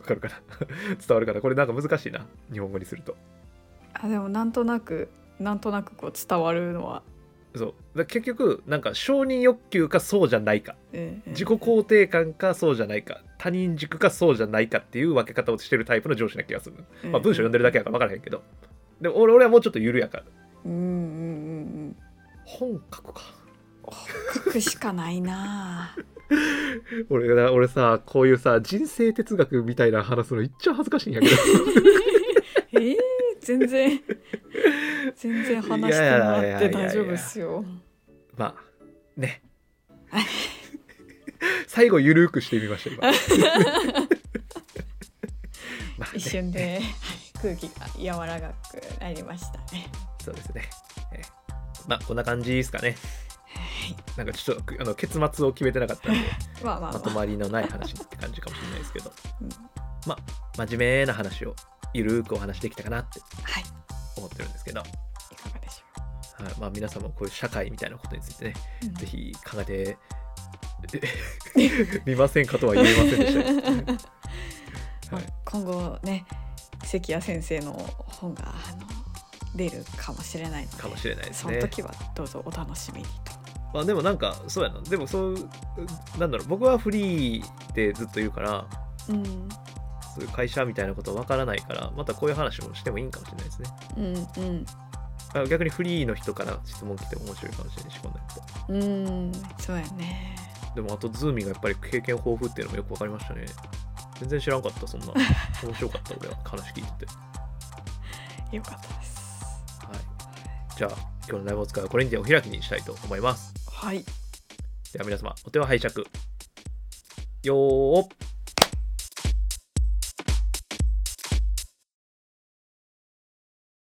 S1: わかるかな 伝わるかなこれなんか難しいな日本語にすると
S2: あでもなんとなくなんとなくこう伝わるのは、
S1: そうだから結局なんか承認欲求かそうじゃないか
S2: うんうん
S1: 自己肯定感かそうじゃないか他人軸かそうじゃないかっていう分け方をしてるタイプの上司な気がする
S2: うん
S1: まあ、文章読んでるだけやから分からへんけど。でも俺俺はもうちょっと緩やか。
S2: うんうんうん
S1: 本書くか。
S2: うん書くしかない なあ
S1: 俺が俺さ、こういうさ、人生哲学みたいな話すの一応恥ずかしいんやけど。
S2: えー、全然全然話してもらって大丈夫っすよ
S1: まあ、ね。 最後、ゆるく してみました、今。まあね
S2: 一瞬ではい空気が柔らかくなりましたね
S1: そうですね。えまあ、こんな感じですかね。なんかちょっとあの結末を決めてなかったんで、
S2: まあまあ
S1: まと
S2: まあ
S1: まりのない話って感じかもしれないですけど
S2: うん、
S1: まあ、真面目な話をゆるくお話できたかなって
S2: はい
S1: 思ってるんですけど。
S2: いかがでしょ
S1: はいまあ、皆さんもこういう社会みたいなことについてね、
S2: う、うん
S1: ぜひ考えてえみませんかとは言えませんでしたね。
S2: まあ
S1: はい
S2: 今後ね関谷先生の本があの出るかもしれないので
S1: かもしれないです
S2: その
S1: ね。
S2: 時はどうぞお楽しみにと。
S1: まあ、でもなんかそうやなでもそうなんだろう僕はフリーでずっと言うから
S2: うん
S1: そういう会社みたいなことわからないからまたこういう話もしてもいいんかもしれないですね。
S2: うんうん
S1: あ逆にフリーの人から質問来ても面白いかもしれないしこんな人
S2: うんそうやね
S1: でもあとズーミーがやっぱり経験豊富っていうのもよく分かりましたね全然知らんかったそ んな面白かった俺は話聞いてて
S2: よかったです
S1: はいじゃあ今日のライブお使いはこれにてお開きにしたいと思います
S2: はい
S1: では皆様お手は拝借よーっ